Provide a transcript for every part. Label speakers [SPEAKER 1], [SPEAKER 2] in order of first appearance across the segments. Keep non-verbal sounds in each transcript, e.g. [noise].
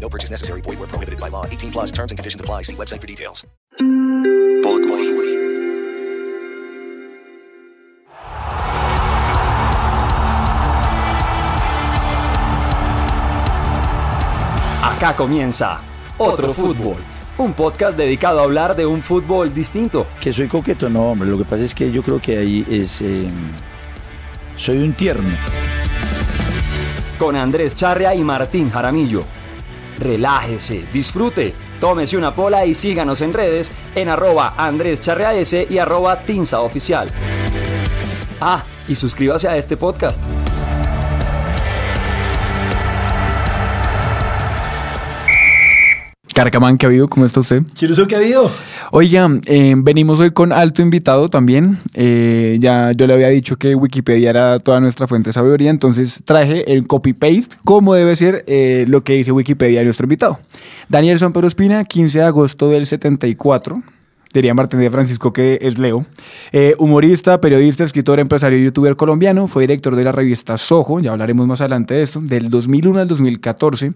[SPEAKER 1] No purchase necessary. Void where prohibited by law. 18 plus terms and conditions apply. See website for details.
[SPEAKER 2] Acá comienza Otro Fútbol, un podcast dedicado a hablar de un fútbol distinto.
[SPEAKER 3] Que soy coqueto, no, hombre. Lo que pasa es que yo creo que ahí es. eh, soy un tierno.
[SPEAKER 2] Con Andrés Charria y Martín Jaramillo. Relájese, disfrute, tómese una pola y síganos en redes en arroba Andrés Charria S y arroba Tinsa Oficial. Ah, y suscríbase a este podcast.
[SPEAKER 4] Carcamán, ¿qué ha habido? ¿Cómo está usted?
[SPEAKER 5] Chiruso, ¿qué ha habido?
[SPEAKER 4] Oiga, eh, venimos hoy con alto invitado también. Eh, ya yo le había dicho que Wikipedia era toda nuestra fuente de sabiduría, entonces traje el copy-paste, como debe ser eh, lo que dice Wikipedia de nuestro invitado. Danielson Perospina, 15 de agosto del 74. Diría Martín de Francisco que es Leo. Eh, humorista, periodista, escritor, empresario y youtuber colombiano. Fue director de la revista Soho, ya hablaremos más adelante de esto, del 2001 al 2014.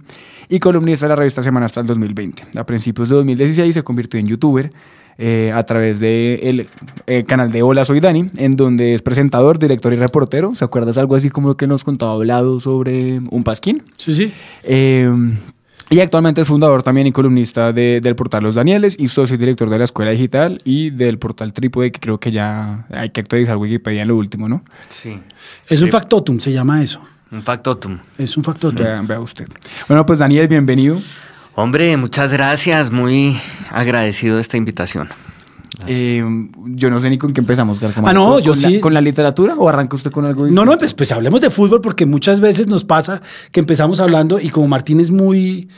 [SPEAKER 4] Y columnista de la revista Semana hasta el 2020. A principios de 2016 se convirtió en youtuber eh, a través del el eh, canal de Hola Soy Dani, en donde es presentador, director y reportero. ¿Se acuerdas algo así como lo que nos contaba hablado sobre un pasquín?
[SPEAKER 5] Sí, sí.
[SPEAKER 4] Eh, y actualmente es fundador también y columnista de- del portal Los Danieles y socio y director de la Escuela Digital y del portal Trípode, que creo que ya hay que actualizar Wikipedia en lo último, ¿no?
[SPEAKER 6] Sí,
[SPEAKER 5] Es un factotum, se llama eso.
[SPEAKER 6] un factotum.
[SPEAKER 5] Es un factotum.
[SPEAKER 4] Vea, vea usted. Bueno, pues Daniel, bienvenido.
[SPEAKER 6] Hombre, muchas gracias, muy agradecido de esta invitación.
[SPEAKER 4] Eh, yo no sé ni con qué empezamos. Garcamán.
[SPEAKER 5] Ah, no,
[SPEAKER 4] ¿Con-
[SPEAKER 5] yo
[SPEAKER 4] con
[SPEAKER 5] sí.
[SPEAKER 4] La, ¿Con la literatura o arranca usted con algo?
[SPEAKER 5] No, no,
[SPEAKER 4] distinto?
[SPEAKER 5] pues, pues hablemos de fútbol porque muchas veces nos pasa que empezamos hablando y como Martín es muy...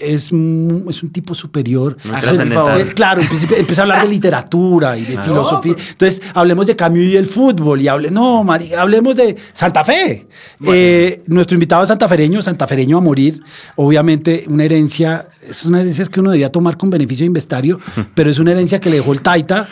[SPEAKER 5] Es, mu- es un tipo superior.
[SPEAKER 6] Muy
[SPEAKER 5] Entonces,
[SPEAKER 6] trascendental.
[SPEAKER 5] eh, claro, empieza, empieza a hablar de literatura y de filosofía. Entonces, hablemos de Camus y el fútbol. Y hable, no, Mari, hablemos de Santa Fe. Eh, nuestro invitado es santafereño, santafereño a morir. Obviamente, una herencia, es una herencia que uno debía tomar con beneficio de inventario, pero es una herencia que le dejó el Taita.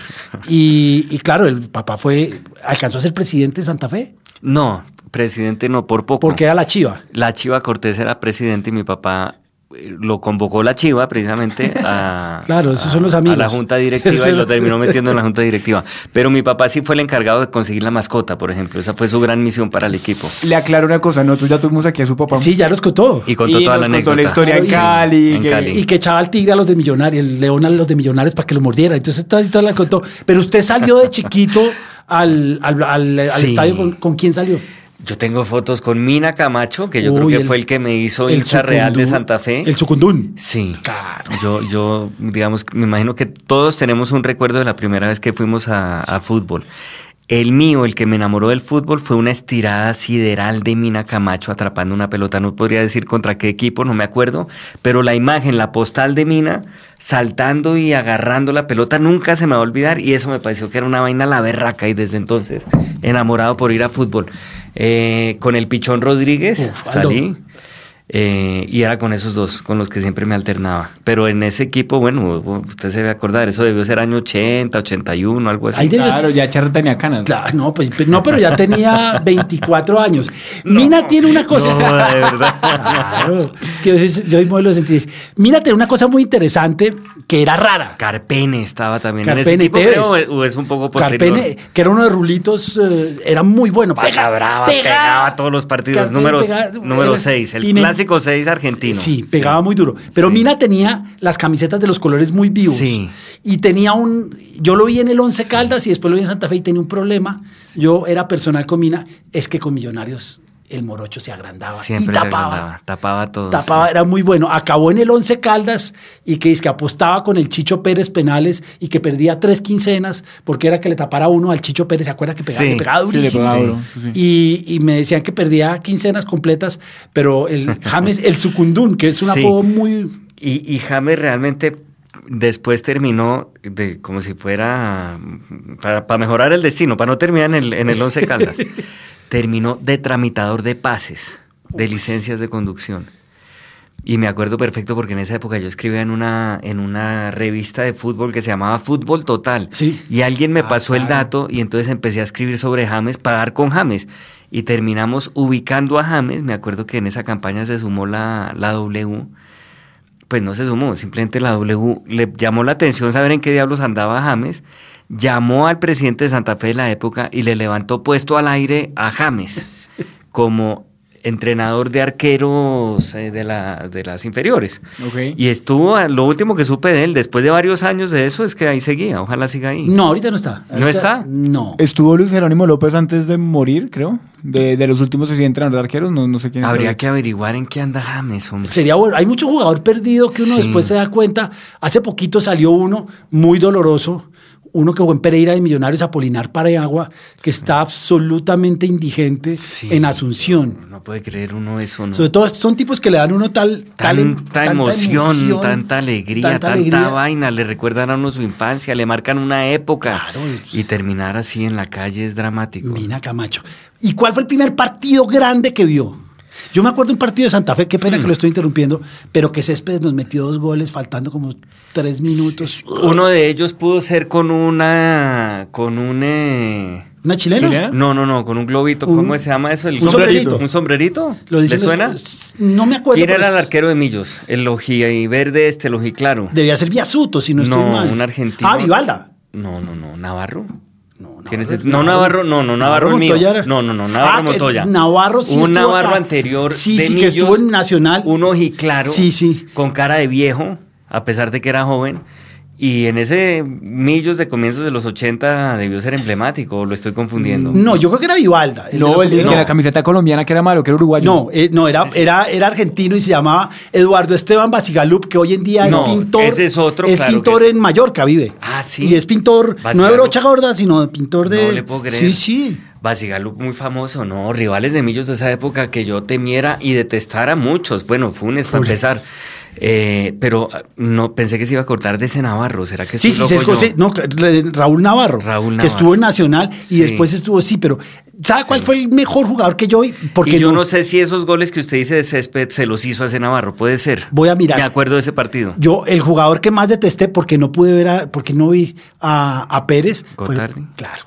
[SPEAKER 5] Y, y claro, el papá fue, alcanzó a ser presidente de Santa Fe.
[SPEAKER 6] No, presidente, no, por poco.
[SPEAKER 5] Porque era la chiva.
[SPEAKER 6] La Chiva Cortés era presidente y mi papá eh, lo convocó la
[SPEAKER 5] [laughs]
[SPEAKER 6] Chiva precisamente a,
[SPEAKER 5] Claro, esos son los
[SPEAKER 6] a-
[SPEAKER 5] amigos.
[SPEAKER 6] a
[SPEAKER 5] [laughs]
[SPEAKER 6] la junta directiva
[SPEAKER 5] Ese
[SPEAKER 6] y lo
[SPEAKER 5] lo-
[SPEAKER 6] terminó metiendo en la junta directiva. Pero mi papá sí fue el encargado de conseguir la mascota, por ejemplo. Esa fue su gran misión para el equipo.
[SPEAKER 4] Le aclaro una cosa, nosotros ya tuvimos aquí a su papá.
[SPEAKER 5] Sí, ya nos contó.
[SPEAKER 6] Y contó
[SPEAKER 4] Y
[SPEAKER 6] toda
[SPEAKER 4] nos
[SPEAKER 6] la
[SPEAKER 4] contó
[SPEAKER 6] anécdota.
[SPEAKER 4] la historia en
[SPEAKER 5] Y-
[SPEAKER 4] Cali.
[SPEAKER 6] en
[SPEAKER 4] que-
[SPEAKER 6] Cali.
[SPEAKER 5] Y que echaba al tigre a los de millonarios, el león a los de millonarios para que lo mordiera. Entonces, todo, todo la contó. Pero usted salió de chiquito al, al, al- al
[SPEAKER 6] Sí.
[SPEAKER 5] estadio. ¿Con, con quién salió?
[SPEAKER 6] Yo tengo fotos con Mina Camacho, que yo creo
[SPEAKER 5] Uy,
[SPEAKER 6] que fue el que me hizo
[SPEAKER 5] el
[SPEAKER 6] hincha real de
[SPEAKER 5] Chucundún-
[SPEAKER 6] Santa Fe.
[SPEAKER 5] El Chucundún.
[SPEAKER 6] Sí. Yo, yo, digamos, que me imagino que todos tenemos un recuerdo de la primera vez que fuimos a, a fútbol. El mío, el que me enamoró del fútbol, fue una estirada sideral de Mina Camacho atrapando una pelota. No podría decir contra qué equipo, no me acuerdo, pero la imagen, la postal de Mina saltando y agarrando la pelota nunca se me va a olvidar y eso me pareció que era una vaina la berraca y desde entonces enamorado por ir a fútbol. Eh, con el Pichón Rodríguez
[SPEAKER 5] Uf, Aldo.
[SPEAKER 6] salí. Eh, y era con esos dos, con los que siempre me alternaba. Pero en ese equipo, bueno, usted se debe acordar, eso debió ser año 80, 81, algo así.
[SPEAKER 5] Ahí debió
[SPEAKER 4] Claro, ya Charly tenía canas.
[SPEAKER 5] Claro, no, pues, pe- no, pero ya
[SPEAKER 6] [laughs]
[SPEAKER 5] tenía 24 años. Mina tiene una cosa.
[SPEAKER 6] No,
[SPEAKER 5] [laughs]
[SPEAKER 6] de verdad.
[SPEAKER 5] Claro, es que yo, soy- yo soy modelo de sentir. Mina tiene una cosa muy interesante que era rara.
[SPEAKER 6] Ah, Carpene estaba también en ese
[SPEAKER 5] Carpene
[SPEAKER 6] equipo,
[SPEAKER 5] Tevez.
[SPEAKER 6] creo, o es un poco posterior.
[SPEAKER 5] Carpene, que era uno de Rulitos, eh, era muy bueno.
[SPEAKER 6] Pata
[SPEAKER 5] Pega-
[SPEAKER 6] brava,
[SPEAKER 5] pega-
[SPEAKER 6] pegaba todos los partidos.
[SPEAKER 5] Carpene
[SPEAKER 6] Número-
[SPEAKER 5] pegaba-
[SPEAKER 6] número
[SPEAKER 5] era-
[SPEAKER 6] seis, el
[SPEAKER 5] y me-
[SPEAKER 6] clásico seis argentino.
[SPEAKER 5] Sí, pegaba
[SPEAKER 6] Sí.
[SPEAKER 5] muy duro. Pero
[SPEAKER 6] Sí.
[SPEAKER 5] Mina tenía las camisetas de los colores muy vivos.
[SPEAKER 6] Sí.
[SPEAKER 5] Y tenía un. Yo lo vi en el Once Caldas y después lo vi en Santa Fe y tenía un problema. Yo era personal con Mina, es que con Millonarios el morocho se agrandaba
[SPEAKER 6] Siempre
[SPEAKER 5] y
[SPEAKER 6] se
[SPEAKER 5] tapaba.
[SPEAKER 6] agrandaba, tapaba todo,
[SPEAKER 5] Tapaba,
[SPEAKER 6] sí.
[SPEAKER 5] era muy bueno. Acabó en el Once Caldas y que, es que apostaba con el Chicho Pérez penales y que perdía tres quincenas porque era que le tapara uno al Chicho Pérez. ¿Se acuerda que pegaba,
[SPEAKER 6] Sí.
[SPEAKER 5] le pegaba
[SPEAKER 6] Sí,
[SPEAKER 4] le
[SPEAKER 5] durísimo?
[SPEAKER 4] pegaba
[SPEAKER 6] Sí.
[SPEAKER 4] duro, sí.
[SPEAKER 5] Y, y me decían que perdía quincenas completas, pero
[SPEAKER 6] [laughs]
[SPEAKER 5] el James, el Sucundún, que es un
[SPEAKER 6] Sí.
[SPEAKER 5] apodo muy.
[SPEAKER 6] Y, y James realmente después terminó de, como si fuera mm, para, para mejorar el destino, para no terminar en el, en el
[SPEAKER 5] [laughs]
[SPEAKER 6] Once Caldas. terminó de tramitador de pases, de licencias de conducción. Y me acuerdo perfecto porque en esa época yo escribía en una, en una revista de fútbol que se llamaba Fútbol Total.
[SPEAKER 5] Sí.
[SPEAKER 6] Y alguien me
[SPEAKER 5] Ah,
[SPEAKER 6] pasó el
[SPEAKER 5] claro.
[SPEAKER 6] dato y entonces empecé a escribir sobre James para dar con James. Y terminamos ubicando a James. Me acuerdo que en esa campaña se sumó la, la W. Pues no se sumó, simplemente la W le llamó la atención saber en qué diablos andaba James. Llamó al presidente de Santa Fe de la época y le levantó puesto al aire
[SPEAKER 4] [laughs]
[SPEAKER 6] a James como entrenador de arqueros eh, de, la- de las inferiores.
[SPEAKER 4] Ok.
[SPEAKER 6] Y estuvo, lo último que supe de él, después de varios años de eso, es que ahí seguía. Ojalá siga ahí.
[SPEAKER 5] No, ahorita no está.
[SPEAKER 6] ¿No
[SPEAKER 5] Ahorita-
[SPEAKER 6] está? Eh,
[SPEAKER 5] No.
[SPEAKER 4] Estuvo Luis Jerónimo López antes de morir, creo. De, de los últimos que sí entrenador de arqueros, no, no sé quién es
[SPEAKER 6] Habría
[SPEAKER 4] ahorita.
[SPEAKER 6] que averiguar en qué anda James, hombre.
[SPEAKER 5] Sería bueno. Hay mucho jugador perdido que uno
[SPEAKER 6] Sí.
[SPEAKER 5] después se da cuenta. Hace poquito salió uno muy doloroso, uno que jugó en Pereira de Millonarios, Apolinar Pareagua, que está absolutamente indigente
[SPEAKER 6] Sí.
[SPEAKER 5] en Asunción.
[SPEAKER 6] No puede creer uno eso, ¿no?
[SPEAKER 5] Sobre todo son tipos que le dan a uno tal, tal em-
[SPEAKER 6] tanta, emoción, tanta alegría, tanta,
[SPEAKER 5] alegría.
[SPEAKER 6] vaina, le recuerdan a uno su infancia, le marcan una época.
[SPEAKER 5] Claro. pues
[SPEAKER 6] y terminar así en la calle es dramático.
[SPEAKER 5] Mina Camacho. ¿Y cuál fue el primer partido grande que vio? Yo me acuerdo un partido de Santa Fe, qué
[SPEAKER 6] Mm.
[SPEAKER 5] pena que lo estoy interrumpiendo, pero que Céspedes nos metió dos goles faltando como tres minutos.
[SPEAKER 6] Uno de ellos pudo ser con una. con un. eh,
[SPEAKER 5] ¿Una chilena?
[SPEAKER 4] ¿Chilena?
[SPEAKER 6] No, no, no, con un globito.
[SPEAKER 5] Un-
[SPEAKER 6] ¿Cómo se llama eso? El
[SPEAKER 5] un sombrerito.
[SPEAKER 6] ¿Un sombrerito?
[SPEAKER 5] Lo
[SPEAKER 6] ¿Le
[SPEAKER 5] dicen los- pues,
[SPEAKER 6] suena?
[SPEAKER 5] No me acuerdo.
[SPEAKER 6] ¿Quién
[SPEAKER 5] pero
[SPEAKER 6] era el
[SPEAKER 5] es-
[SPEAKER 6] arquero de Millos? El y verde, este, el claro.
[SPEAKER 5] Debía ser Biasuto, si no estoy mal.
[SPEAKER 6] un argentino.
[SPEAKER 5] Ah, Vivalda.
[SPEAKER 6] No, no, no, Navarro.
[SPEAKER 5] No,
[SPEAKER 6] ¿Quién es el- No, Navarro, no, no, Navarro, el mío.
[SPEAKER 5] era-
[SPEAKER 6] No, no, no, Navarro
[SPEAKER 5] Ah, que-
[SPEAKER 6] Montoya.
[SPEAKER 5] Navarro sí
[SPEAKER 6] Un
[SPEAKER 5] estuvo
[SPEAKER 6] Navarro
[SPEAKER 5] acá.
[SPEAKER 6] anterior.
[SPEAKER 5] Sí,
[SPEAKER 6] de
[SPEAKER 5] sí, que
[SPEAKER 6] Millos,
[SPEAKER 5] estuvo en Nacional.
[SPEAKER 6] Un ojiclaro.
[SPEAKER 5] Sí, sí.
[SPEAKER 6] Con cara de viejo, a pesar de que era joven. Y en ese Millos de comienzos de los 80 debió ser emblemático, o lo estoy confundiendo.
[SPEAKER 5] No, yo creo que era Vivalda. el de
[SPEAKER 4] No,
[SPEAKER 5] la
[SPEAKER 4] el de
[SPEAKER 5] comida.
[SPEAKER 4] la camiseta colombiana que era malo, que era uruguayo.
[SPEAKER 5] No, eh, no era, era, era argentino y se llamaba Eduardo Esteban Basigalup, que hoy en día
[SPEAKER 6] No,
[SPEAKER 5] es pintor.
[SPEAKER 6] ese es otro,
[SPEAKER 5] es
[SPEAKER 6] claro que
[SPEAKER 5] pintor
[SPEAKER 6] es-
[SPEAKER 5] en Mallorca, vive.
[SPEAKER 6] Ah, sí.
[SPEAKER 5] Y es pintor, no
[SPEAKER 6] Basigalup.
[SPEAKER 5] de brocha gorda, sino pintor de.
[SPEAKER 6] No le puedo creer.
[SPEAKER 5] Sí, sí.
[SPEAKER 6] Basigalup muy famoso, ¿no? Rivales de Millos de esa época que yo temiera y detestara a muchos. Bueno, Funes para
[SPEAKER 5] Funes.
[SPEAKER 6] empezar. Eh, pero ah, no pensé que se iba a cortar de ese Navarro. ¿Será que
[SPEAKER 5] Sí, sí,
[SPEAKER 6] estoy
[SPEAKER 5] sí,
[SPEAKER 6] loco
[SPEAKER 5] es-
[SPEAKER 6] yo?
[SPEAKER 5] sí, no, que- le- Raúl Navarro,
[SPEAKER 6] Raúl
[SPEAKER 5] que
[SPEAKER 6] Navarro.
[SPEAKER 5] estuvo en Nacional y
[SPEAKER 6] Sí.
[SPEAKER 5] después estuvo, sí, pero ¿sabe cuál fue el mejor jugador que yo vi? Porque
[SPEAKER 6] y yo no... sé si esos goles que usted dice de césped se los hizo a ese Navarro, puede ser.
[SPEAKER 5] Voy a mirar.
[SPEAKER 6] Me acuerdo de ese partido.
[SPEAKER 5] yo, el jugador que más detesté porque no pude ver, a- porque no vi a, a Pérez. fue-
[SPEAKER 6] Gotardi.
[SPEAKER 5] claro.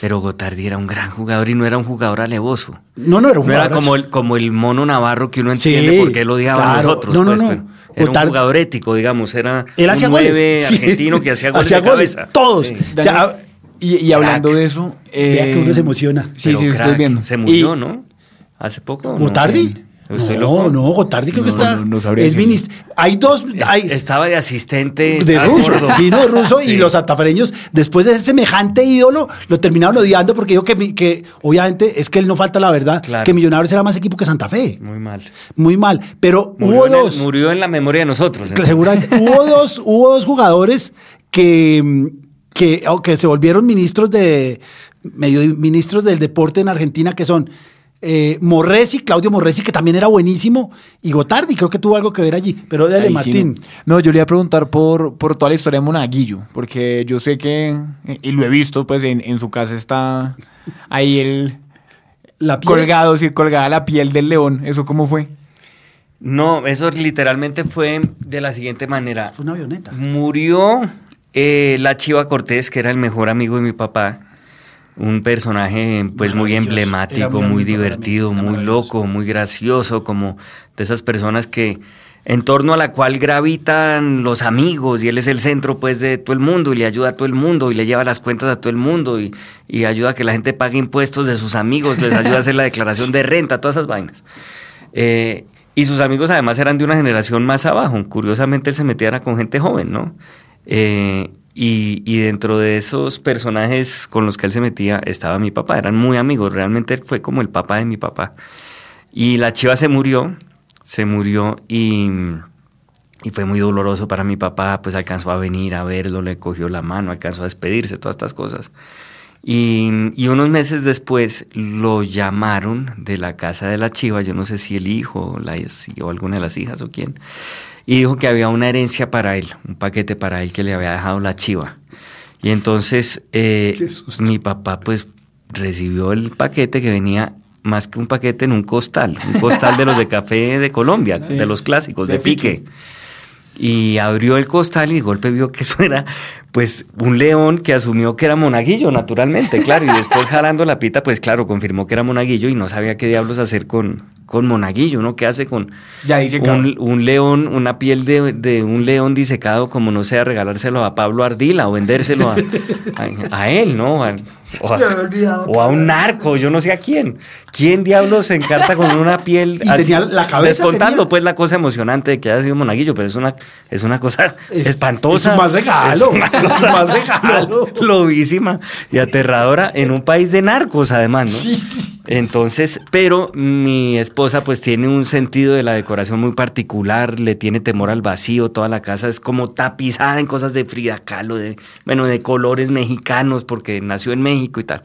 [SPEAKER 6] Pero Gotardi era un gran jugador y no era un jugador alevoso.
[SPEAKER 5] No, no era un
[SPEAKER 6] No era
[SPEAKER 5] jugadorazo.
[SPEAKER 6] como el, como el mono Navarro que uno
[SPEAKER 5] Sí,
[SPEAKER 6] entiende porque él odiaba a
[SPEAKER 5] claro.
[SPEAKER 6] los otros.
[SPEAKER 5] No, no,
[SPEAKER 6] pues,
[SPEAKER 5] no.
[SPEAKER 6] pero Era
[SPEAKER 5] Gotardi-
[SPEAKER 6] un jugador ético, digamos. Era
[SPEAKER 5] Él
[SPEAKER 6] un
[SPEAKER 5] hacía
[SPEAKER 6] nueve
[SPEAKER 5] goles. Sí.
[SPEAKER 6] argentino
[SPEAKER 5] [laughs]
[SPEAKER 6] que hacía goles
[SPEAKER 5] Hacía
[SPEAKER 6] de
[SPEAKER 5] goles,
[SPEAKER 6] cabeza.
[SPEAKER 5] todos.
[SPEAKER 6] Sí.
[SPEAKER 4] Daniel,
[SPEAKER 5] Ya, ah,
[SPEAKER 4] y, y hablando de eso. eh,
[SPEAKER 5] Vea que uno se emociona.
[SPEAKER 4] Sí,
[SPEAKER 6] Pero
[SPEAKER 4] sí,
[SPEAKER 6] crack,
[SPEAKER 4] estoy viendo.
[SPEAKER 6] Se murió,
[SPEAKER 4] Y-
[SPEAKER 6] ¿no? Hace poco. ¿no?
[SPEAKER 5] ¿Gotardi?
[SPEAKER 6] Estoy
[SPEAKER 5] no,
[SPEAKER 6] loco.
[SPEAKER 5] no, Gotardi creo que
[SPEAKER 4] No,
[SPEAKER 5] está.
[SPEAKER 4] no, no sabría
[SPEAKER 5] es
[SPEAKER 4] decirlo.
[SPEAKER 5] minist- Hay dos.
[SPEAKER 6] Es-
[SPEAKER 5] hay-
[SPEAKER 6] Estaba de asistente.
[SPEAKER 5] de
[SPEAKER 6] al
[SPEAKER 5] ruso,
[SPEAKER 6] Este, ah, gordo.
[SPEAKER 5] vino de ruso
[SPEAKER 6] Sí.
[SPEAKER 5] y los santafereños, después de ese semejante ídolo, lo terminaron odiando porque dijo que, mi- que obviamente es que él no falta la verdad,
[SPEAKER 6] Claro.
[SPEAKER 5] que Millonarios era más equipo que Santa Fe.
[SPEAKER 6] Muy mal.
[SPEAKER 5] Muy mal, pero
[SPEAKER 6] Murió
[SPEAKER 5] hubo
[SPEAKER 6] en, el-
[SPEAKER 5] dos,
[SPEAKER 6] murió en la memoria de nosotros.
[SPEAKER 5] que
[SPEAKER 6] entonces.
[SPEAKER 5] seguramente- hubo dos, hubo dos jugadores que, mm, que, o que se volvieron ministros de medio ministros del deporte en Argentina, que son eh, Morresi, Claudio Morresi, que también era buenísimo, y Gotardi, creo que tuvo algo que ver allí, pero dale
[SPEAKER 4] Ahí sí,
[SPEAKER 5] Martín.
[SPEAKER 4] no. no, yo le iba a preguntar por, por toda la historia de Monaguillo, porque yo sé que, y lo he visto, pues en, en su casa está ahí el
[SPEAKER 5] La piel-
[SPEAKER 4] colgado, sí, colgada la piel del león. ¿Eso cómo fue?
[SPEAKER 6] No, eso literalmente fue de la siguiente manera.
[SPEAKER 5] Fue una avioneta.
[SPEAKER 6] Murió eh, la Chiva Cortés, que era el mejor amigo de mi papá. Un personaje pues muy
[SPEAKER 5] Maravilloso. Era
[SPEAKER 6] emblemático,
[SPEAKER 5] muy
[SPEAKER 6] muy
[SPEAKER 5] bonito para mí,
[SPEAKER 6] divertido,
[SPEAKER 5] era
[SPEAKER 6] muy
[SPEAKER 5] maravilloso.
[SPEAKER 6] loco, muy gracioso, como de esas personas que en torno a la cual gravitan los amigos y él es el centro pues de todo el mundo y le ayuda a todo el mundo y le lleva las cuentas a todo el mundo y, y ayuda a que la gente pague impuestos de sus amigos, les ayuda a hacer la declaración de renta, todas esas vainas. Eh, y sus amigos además eran de una generación más abajo, curiosamente él se metía era con gente joven, ¿no? Eh, y, y, dentro de esos personajes con los que él se metía estaba mi papá, eran muy amigos, realmente él fue como el papá de mi papá. Y la chiva se murió, se murió y, y fue muy doloroso para mi papá, pues alcanzó a venir a verlo, le cogió la mano, alcanzó a despedirse, todas estas cosas. Y, y, unos meses después lo llamaron de la casa de la chiva, yo no sé si el hijo o, la, o alguna de las hijas o quién, y dijo que había una herencia para él, un paquete para él que le había dejado la chiva. Y entonces eh, mi papá pues recibió el paquete que venía más que un paquete en un costal, un costal de los de café de Colombia, sí. de los clásicos, de, de pique. pique. Y abrió el costal y de golpe vio que eso era pues un león que asumió que era monaguillo naturalmente, claro. Y después jalando la pita, pues claro, confirmó que era monaguillo y no sabía qué diablos hacer con, con monaguillo, ¿no? ¿Qué hace con
[SPEAKER 4] ya dice
[SPEAKER 6] un, un, león, una piel de, de, un león disecado, como no sea, regalárselo a Pablo Ardila o vendérselo a, a, a él, ¿no? A, o, a, o a, un narco, yo no sé a quién. ¿Quién diablos se encarta con una piel
[SPEAKER 5] y así, tenía la cabeza
[SPEAKER 6] Descontando
[SPEAKER 5] tenía...
[SPEAKER 6] pues la cosa emocionante de que haya sido monaguillo, pero es una, es una cosa es, espantosa.
[SPEAKER 5] Es un mal regalo. [laughs]
[SPEAKER 6] Es una cosa [laughs]
[SPEAKER 5] mal regalo.
[SPEAKER 6] lobísima y aterradora en un país de narcos, además, ¿no?
[SPEAKER 5] Sí, sí.
[SPEAKER 6] Entonces, pero mi esposa pues tiene un sentido de la decoración muy particular, le tiene temor al vacío, toda la casa es como tapizada en cosas de Frida Kahlo, de, bueno, de colores mexicanos porque nació en México y tal.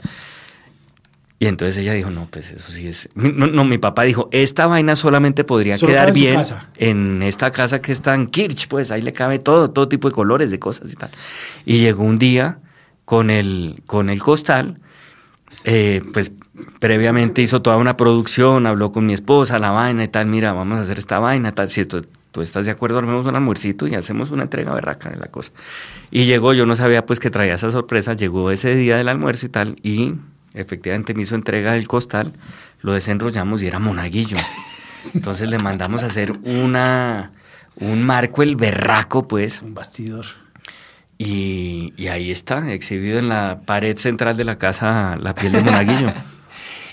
[SPEAKER 6] Y entonces ella dijo, no, pues eso sí es... No, no mi papá dijo, esta vaina solamente podría
[SPEAKER 5] Solo
[SPEAKER 6] quedar
[SPEAKER 5] cabe en su
[SPEAKER 6] bien
[SPEAKER 5] casa.
[SPEAKER 6] en esta casa que está en Kirch, pues ahí le cabe todo, todo tipo de colores, de cosas y tal. Y llegó un día con el, con el costal, eh, pues previamente hizo toda una producción, habló con mi esposa, la vaina y tal, mira, vamos a hacer esta vaina, tal, si tú, tú estás de acuerdo, armemos un almuercito y hacemos una entrega berraca de la cosa. Y llegó, yo no sabía pues que traía esa sorpresa, llegó ese día del almuerzo y tal, y efectivamente me hizo entrega del costal, lo desenrollamos y era monaguillo. Entonces le mandamos a hacer una, un marco, el berraco pues.
[SPEAKER 5] Un bastidor.
[SPEAKER 6] Y, y ahí está, exhibido en la pared central de la casa, la piel de monaguillo.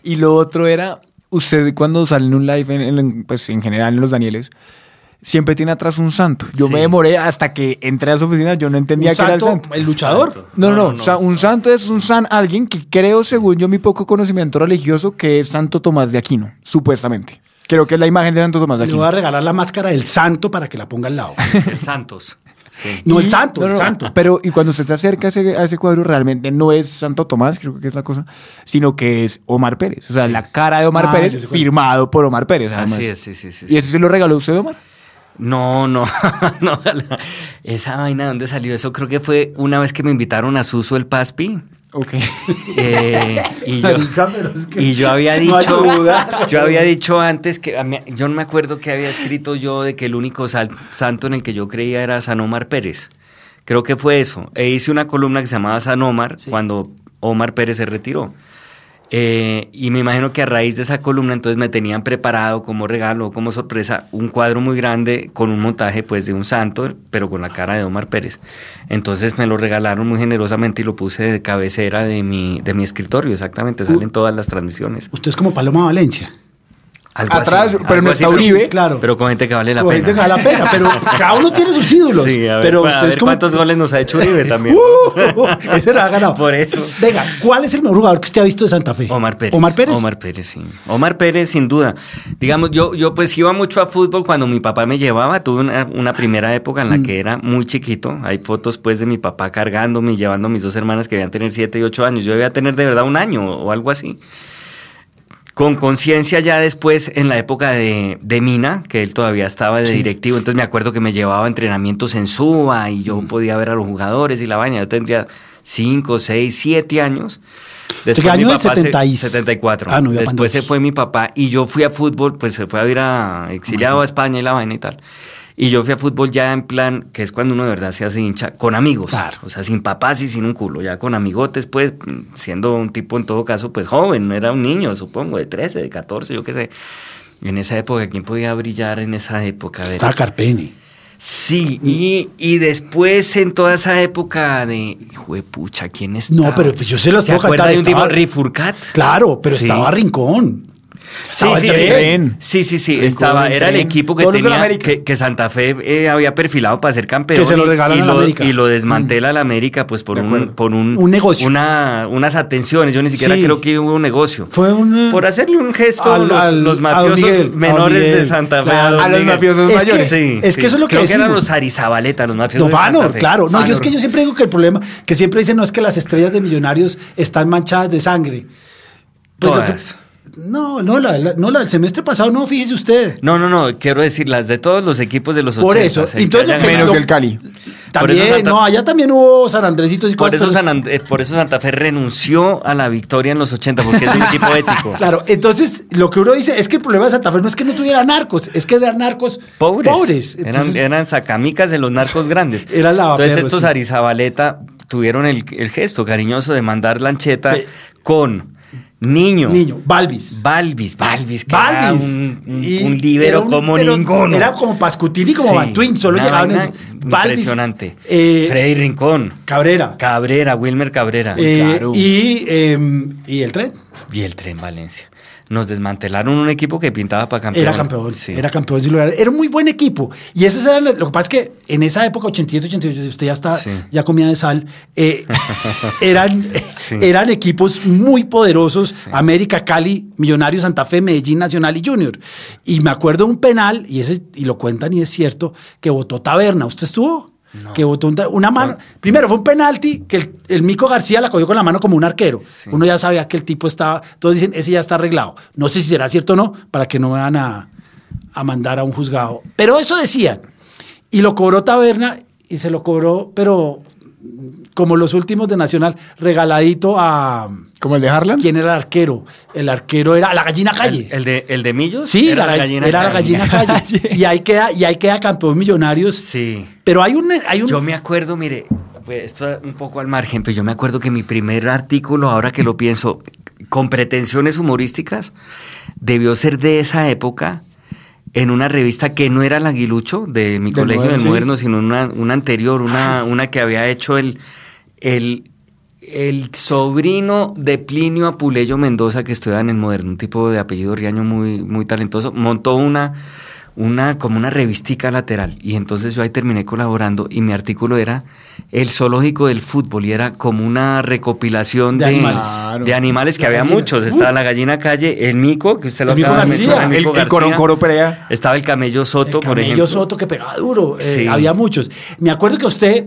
[SPEAKER 4] Y lo otro era, usted cuando sale en un live, en, en, pues en general en los Danieles, siempre tiene atrás un santo. Yo
[SPEAKER 6] Sí.
[SPEAKER 4] me demoré hasta que entré a su oficina, yo no entendía
[SPEAKER 5] Un
[SPEAKER 4] que era el
[SPEAKER 5] santo,
[SPEAKER 4] santo.
[SPEAKER 5] el luchador.
[SPEAKER 4] No, no,
[SPEAKER 6] No,
[SPEAKER 4] no,
[SPEAKER 6] no,
[SPEAKER 4] o sea,
[SPEAKER 6] no.
[SPEAKER 4] un santo es un san, alguien que creo, según yo, mi poco conocimiento religioso, que es Santo Tomás de Aquino, supuestamente. Creo que es la imagen de Santo Tomás de
[SPEAKER 5] Le voy a
[SPEAKER 4] Aquino.
[SPEAKER 5] regalar la máscara del santo para que la ponga al lado.
[SPEAKER 6] [laughs] El Santos. Sí.
[SPEAKER 5] No,
[SPEAKER 4] Y-
[SPEAKER 5] el santo,
[SPEAKER 4] no, no,
[SPEAKER 5] el
[SPEAKER 4] no,
[SPEAKER 5] santo.
[SPEAKER 4] Pero, y cuando usted se acerca a ese, a ese cuadro, realmente no es Santo Tomás, creo que es la cosa, sino que es Omar Pérez. O sea, la cara de Omar
[SPEAKER 5] Ah, yo
[SPEAKER 4] Pérez,
[SPEAKER 5] sé cuál.
[SPEAKER 4] firmado por Omar Pérez, además.
[SPEAKER 6] Así es, sí, sí, sí.
[SPEAKER 4] ¿Y eso se lo regaló usted, Omar?
[SPEAKER 6] No, [laughs] no, no, ojalá. Esa vaina, ¿dónde salió eso? Creo que fue una vez que me invitaron a Suso el Paspi.
[SPEAKER 4] [laughs] Ok.
[SPEAKER 6] Eh,
[SPEAKER 5] [laughs]
[SPEAKER 6] y, yo,
[SPEAKER 5] Marica, pero es que
[SPEAKER 6] y yo había
[SPEAKER 5] no
[SPEAKER 6] dicho
[SPEAKER 5] ayuda.
[SPEAKER 6] yo había dicho antes que a mí- yo no me acuerdo que había escrito yo de que el único sal- santo en el que yo creía era San Omar Pérez creo que fue eso e hice una columna que se llamaba San Omar cuando Omar Pérez se retiró Eh, y me imagino que a raíz de esa columna entonces me tenían preparado como regalo como sorpresa un cuadro muy grande con un montaje pues de un santo pero con la cara de Omar Pérez entonces me lo regalaron muy generosamente y lo puse de cabecera de mi de mi escritorio exactamente
[SPEAKER 5] Uh.
[SPEAKER 6] salen todas las transmisiones
[SPEAKER 5] Usted es como Paloma Valencia.
[SPEAKER 6] algo
[SPEAKER 4] Atrás, pero
[SPEAKER 6] algo
[SPEAKER 4] no está Uribe.
[SPEAKER 5] Claro.
[SPEAKER 6] Pero con gente que vale la
[SPEAKER 5] Como
[SPEAKER 6] pena.
[SPEAKER 5] gente que vale Pues, la pena, pero cada uno tiene sus ídolos.
[SPEAKER 6] Sí, a ver,
[SPEAKER 5] pero
[SPEAKER 6] para
[SPEAKER 5] usted es
[SPEAKER 6] ver
[SPEAKER 5] como.
[SPEAKER 6] ¿Cuántos goles nos ha hecho Uribe también?
[SPEAKER 5] [laughs] Uh, ese lo ha ganado.
[SPEAKER 6] [laughs] Por eso.
[SPEAKER 5] Venga, ¿cuál es el mejor jugador que usted ha visto de Santa Fe?
[SPEAKER 6] Omar Pérez.
[SPEAKER 5] Omar Pérez.
[SPEAKER 6] Omar Pérez, sí. Omar Pérez, sin duda. Digamos, yo, yo pues iba mucho a fútbol cuando mi papá me llevaba. Tuve una, una primera
[SPEAKER 5] Mm.
[SPEAKER 6] época en la que era muy chiquito. Hay fotos pues de mi papá cargándome y llevando a mis dos hermanas que debían tener 7 y 8 años. Yo debía tener de verdad un año o algo así. Con conciencia ya después, en la época de, de Mina, que él todavía estaba de directivo, entonces me acuerdo que me llevaba a entrenamientos en Suba y
[SPEAKER 5] Mm.
[SPEAKER 6] yo podía ver a los jugadores y la vaina. Yo tendría 5, 6, 7 años.
[SPEAKER 5] qué año
[SPEAKER 6] mi
[SPEAKER 5] es?
[SPEAKER 6] papá se-
[SPEAKER 5] 70 y-
[SPEAKER 6] 74.
[SPEAKER 5] Ah, no, ya cuando
[SPEAKER 6] después se
[SPEAKER 5] es.
[SPEAKER 6] fue mi papá y yo fui a fútbol, pues se fue a ir a exiliado a España y la vaina y tal. Y yo fui a fútbol ya en plan, que es cuando uno de verdad se hace hincha, con amigos.
[SPEAKER 5] Claro.
[SPEAKER 6] O sea, sin papás y sin un culo, ya con amigotes, pues, siendo un tipo en todo caso, pues joven, no era un niño, supongo, de 13, de 14, yo qué sé. En esa época, ¿quién podía brillar en esa época? A ver.
[SPEAKER 5] Estaba Carpeni.
[SPEAKER 6] Sí, y, y después en toda esa época de. Hijo de pucha, ¿quién está?
[SPEAKER 5] No, pero pues yo se las
[SPEAKER 6] ¿Se
[SPEAKER 5] puedo
[SPEAKER 6] acuerda
[SPEAKER 5] cantar.
[SPEAKER 6] de un tipo
[SPEAKER 5] Estaba-
[SPEAKER 6] Rifurcat?
[SPEAKER 5] Claro, pero
[SPEAKER 6] Sí.
[SPEAKER 5] estaba Rincón.
[SPEAKER 6] Sí,
[SPEAKER 5] Estaba
[SPEAKER 6] sí,
[SPEAKER 5] el
[SPEAKER 6] sí.
[SPEAKER 5] tren.
[SPEAKER 6] Sí, sí, sí.
[SPEAKER 4] Rincón,
[SPEAKER 6] Estaba,
[SPEAKER 4] el
[SPEAKER 6] era el
[SPEAKER 4] tren.
[SPEAKER 6] equipo que
[SPEAKER 4] Todos los de la
[SPEAKER 6] tenía
[SPEAKER 4] América.
[SPEAKER 6] que, que Santa Fe eh, había perfilado para ser campeón.
[SPEAKER 5] Que se lo
[SPEAKER 6] y-
[SPEAKER 5] regalan
[SPEAKER 6] y
[SPEAKER 5] a la
[SPEAKER 6] lo-
[SPEAKER 5] América.
[SPEAKER 6] Y lo
[SPEAKER 4] Mm.
[SPEAKER 6] desmantela la América, pues por
[SPEAKER 4] De
[SPEAKER 6] un,
[SPEAKER 4] acuerdo.
[SPEAKER 6] por un,
[SPEAKER 5] Un negocio.
[SPEAKER 6] una- unas atenciones. Yo ni siquiera
[SPEAKER 5] Sí.
[SPEAKER 6] creo que hubo un negocio.
[SPEAKER 5] Fue un. eh,
[SPEAKER 6] por hacerle un gesto
[SPEAKER 5] Al-
[SPEAKER 6] los,
[SPEAKER 5] al-
[SPEAKER 6] los
[SPEAKER 5] a don
[SPEAKER 6] mafiosos
[SPEAKER 5] Miguel, a don
[SPEAKER 6] menores de
[SPEAKER 5] Miguel,
[SPEAKER 6] Santa Fe.
[SPEAKER 5] claro.
[SPEAKER 6] don
[SPEAKER 4] A los
[SPEAKER 6] Miguel.
[SPEAKER 4] mafiosos
[SPEAKER 5] Es que-
[SPEAKER 4] mayores.
[SPEAKER 6] Sí,
[SPEAKER 5] es que
[SPEAKER 6] sí.
[SPEAKER 5] eso es lo que
[SPEAKER 6] Creo que eran
[SPEAKER 5] decimos.
[SPEAKER 6] los Arizabaleta, los
[SPEAKER 5] Don
[SPEAKER 6] mafiosos de Santa
[SPEAKER 5] Fanor,
[SPEAKER 6] Fe.
[SPEAKER 5] claro. No, yo es
[SPEAKER 6] Fanor.
[SPEAKER 5] que yo siempre digo que el problema, que siempre dicen, no es que las estrellas de millonarios están manchadas de sangre. Pues lo que-
[SPEAKER 6] Todas.
[SPEAKER 5] no, no la, la- no, la del semestre pasado, no, fíjese usted.
[SPEAKER 6] No, no, no, quiero decir las de todos los equipos de los
[SPEAKER 5] Por
[SPEAKER 6] 80.
[SPEAKER 5] eso,
[SPEAKER 6] el
[SPEAKER 5] entonces
[SPEAKER 6] que
[SPEAKER 5] lo
[SPEAKER 6] hayan
[SPEAKER 5] que-
[SPEAKER 4] Menos
[SPEAKER 6] ganado.
[SPEAKER 5] lo-
[SPEAKER 4] que el Cali.
[SPEAKER 6] Por eso
[SPEAKER 5] También,
[SPEAKER 6] Santa-
[SPEAKER 5] no, allá también hubo San Andresitos y
[SPEAKER 6] [laughs] Por
[SPEAKER 5] cosas,
[SPEAKER 6] eso,
[SPEAKER 5] pero-
[SPEAKER 6] San And- eh, por eso Santa Fe renunció a la victoria en los 80,
[SPEAKER 5] [laughs]
[SPEAKER 6] porque es un equipo ético.
[SPEAKER 5] Claro, entonces lo que uno dice es que el problema de Santa Fe no es que no tuviera narcos, es que eran narcos Entonces,
[SPEAKER 6] Pobres. eran, eran sacamicas de los narcos grandes.
[SPEAKER 5] [laughs] Era la
[SPEAKER 6] Entonces
[SPEAKER 5] perro,
[SPEAKER 6] estos
[SPEAKER 5] sí.
[SPEAKER 6] Arizabaleta tuvieron el, el gesto cariñoso de mandar lancheta
[SPEAKER 5] Pe-
[SPEAKER 6] con niño.
[SPEAKER 5] niño, Balvis.
[SPEAKER 6] Balvis, Balvis, que era
[SPEAKER 5] Balvis.
[SPEAKER 6] un, un,
[SPEAKER 5] Y
[SPEAKER 6] un líbero
[SPEAKER 5] era un-
[SPEAKER 6] como
[SPEAKER 5] pero
[SPEAKER 6] ninguno.
[SPEAKER 5] Era como Pascutini, como
[SPEAKER 6] Sí,
[SPEAKER 5] Batuín, solo
[SPEAKER 6] una
[SPEAKER 5] llegaban
[SPEAKER 6] vaina
[SPEAKER 5] esos. Balvis.
[SPEAKER 6] Impresionante.
[SPEAKER 5] eh,
[SPEAKER 6] Freddy Rincón,
[SPEAKER 5] Cabrera.
[SPEAKER 6] Cabrera, Wilmer Cabrera.
[SPEAKER 5] eh,
[SPEAKER 6] Claro.
[SPEAKER 5] y, eh, y el tren.
[SPEAKER 6] Y el Tren Valencia. Nos desmantelaron un equipo que pintaba para campeón.
[SPEAKER 5] Era campeón,
[SPEAKER 6] Sí.
[SPEAKER 5] era campeón sin lugar. Era un muy buen equipo. Y esas eran las- lo que pasa es que en esa época, 87, 88, si usted ya está,
[SPEAKER 6] Sí.
[SPEAKER 5] ya comía de sal,
[SPEAKER 6] [laughs]
[SPEAKER 5] eh, eran,
[SPEAKER 6] Sí.
[SPEAKER 5] eran equipos muy poderosos, América, Cali, Millonarios, Santa Fe, Medellín, Nacional y Junior. Y me acuerdo un penal, y ese, y lo cuentan y es cierto, que votó Taberna. ¿Usted estuvo? Que votó un ta- una mano. Primero, fue un penalti que el, el Mico García la cogió con la mano como un arquero. Uno ya sabía que el tipo estaba. Todos dicen, ese ya está arreglado. No sé si será cierto o no, para que no me van a, a mandar a un juzgado. Pero eso decían. Y lo cobró Taberna y se lo cobró, pero mm, como los últimos de Nacional, regaladito a.
[SPEAKER 4] Como el de Harlan.
[SPEAKER 5] ¿Quién era el arquero? El arquero era la gallina calle.
[SPEAKER 6] El, el de, ¿El de Millos?
[SPEAKER 5] Sí, la, ga- era la gallina
[SPEAKER 6] [laughs]
[SPEAKER 5] calle. Y ahí queda, y ahí queda campeón millonarios.
[SPEAKER 6] Sí.
[SPEAKER 5] Pero hay un, hay un
[SPEAKER 6] Yo me acuerdo, mire, pues, esto es un poco al margen, pero yo me acuerdo que mi primer artículo, ahora que lo pienso, con pretensiones humorísticas, debió ser de esa época en una revista que no era el Aguilucho de mi
[SPEAKER 4] Del
[SPEAKER 6] colegio
[SPEAKER 4] Moderno,
[SPEAKER 6] del
[SPEAKER 4] sí.
[SPEAKER 6] Moderno, sino una, una anterior, una, una que había hecho el, el, el sobrino de Plinio Apuleyo Mendoza que estudiaba en el Moderno, un tipo de apellido riaño muy, muy talentoso, montó una, una, como una revistica lateral. Y entonces yo ahí terminé colaborando y mi artículo era El zoológico del fútbol y era como una recopilación
[SPEAKER 5] De
[SPEAKER 6] de,
[SPEAKER 5] animales.
[SPEAKER 4] Claro.
[SPEAKER 6] de animales que
[SPEAKER 5] La
[SPEAKER 6] había
[SPEAKER 5] gallina. Uh.
[SPEAKER 6] muchos. Estaba la gallina calle, el Nico, que usted lo
[SPEAKER 5] El Mico
[SPEAKER 6] acaba de
[SPEAKER 5] García.
[SPEAKER 6] mencionar,
[SPEAKER 4] El-
[SPEAKER 6] Mico
[SPEAKER 4] el
[SPEAKER 6] García.
[SPEAKER 4] Coroncoro Perea.
[SPEAKER 6] Estaba el camello Soto,
[SPEAKER 5] el
[SPEAKER 6] por
[SPEAKER 5] camello
[SPEAKER 6] ejemplo.
[SPEAKER 5] Soto que pegaba duro. eh,
[SPEAKER 6] Sí.
[SPEAKER 5] había muchos. Me acuerdo que usted,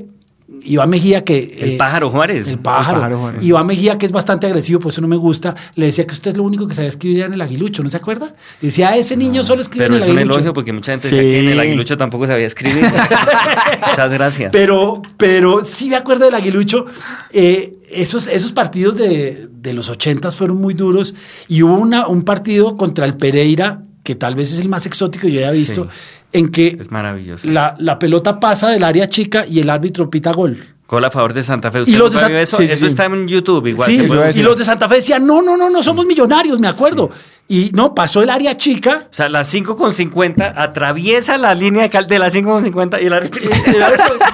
[SPEAKER 5] Iván Mejía, que.
[SPEAKER 6] El
[SPEAKER 5] eh,
[SPEAKER 6] pájaro Juárez.
[SPEAKER 5] El pájaro.
[SPEAKER 4] El pájaro, Juan.
[SPEAKER 5] Iván Mejía, que es bastante agresivo, por eso no me gusta, le decía que usted es lo único que sabía escribir era en el aguilucho, ¿no se acuerda? Y decía, "Ah, ese niño solo escribe
[SPEAKER 6] Pero
[SPEAKER 5] en
[SPEAKER 6] es
[SPEAKER 5] el
[SPEAKER 6] un
[SPEAKER 5] aguilucho.
[SPEAKER 6] elogio porque mucha gente decía que en el
[SPEAKER 4] Sí.
[SPEAKER 6] aguilucho tampoco sabía escribir.
[SPEAKER 5] [laughs]
[SPEAKER 6] Muchas gracias.
[SPEAKER 5] Pero, pero sí me acuerdo del Aguilucho. eh, esos, esos partidos de, de los ochentas fueron muy duros. Y hubo una, un partido contra el Pereira, que tal vez es el más exótico que yo haya visto,
[SPEAKER 6] Sí.
[SPEAKER 5] en que
[SPEAKER 6] es maravilloso.
[SPEAKER 5] la, la pelota pasa del área chica y el árbitro pita gol.
[SPEAKER 6] Gol a favor de Santa Fe. ¿Usted
[SPEAKER 5] Y los
[SPEAKER 6] nunca
[SPEAKER 5] de San-
[SPEAKER 6] vio eso?
[SPEAKER 4] Sí, sí,
[SPEAKER 6] eso
[SPEAKER 4] sí.
[SPEAKER 6] está en YouTube igual.
[SPEAKER 5] sí,
[SPEAKER 6] se puede
[SPEAKER 4] iba a
[SPEAKER 5] y
[SPEAKER 4] decir.
[SPEAKER 5] los de Santa Fe decían, no, no, no, no somos millonarios, me acuerdo. Y no, pasó el área chica.
[SPEAKER 6] O sea, la 5.50 atraviesa la línea de cal- de la 5.50
[SPEAKER 5] [laughs]
[SPEAKER 6] y la
[SPEAKER 5] el árbitro
[SPEAKER 6] [laughs]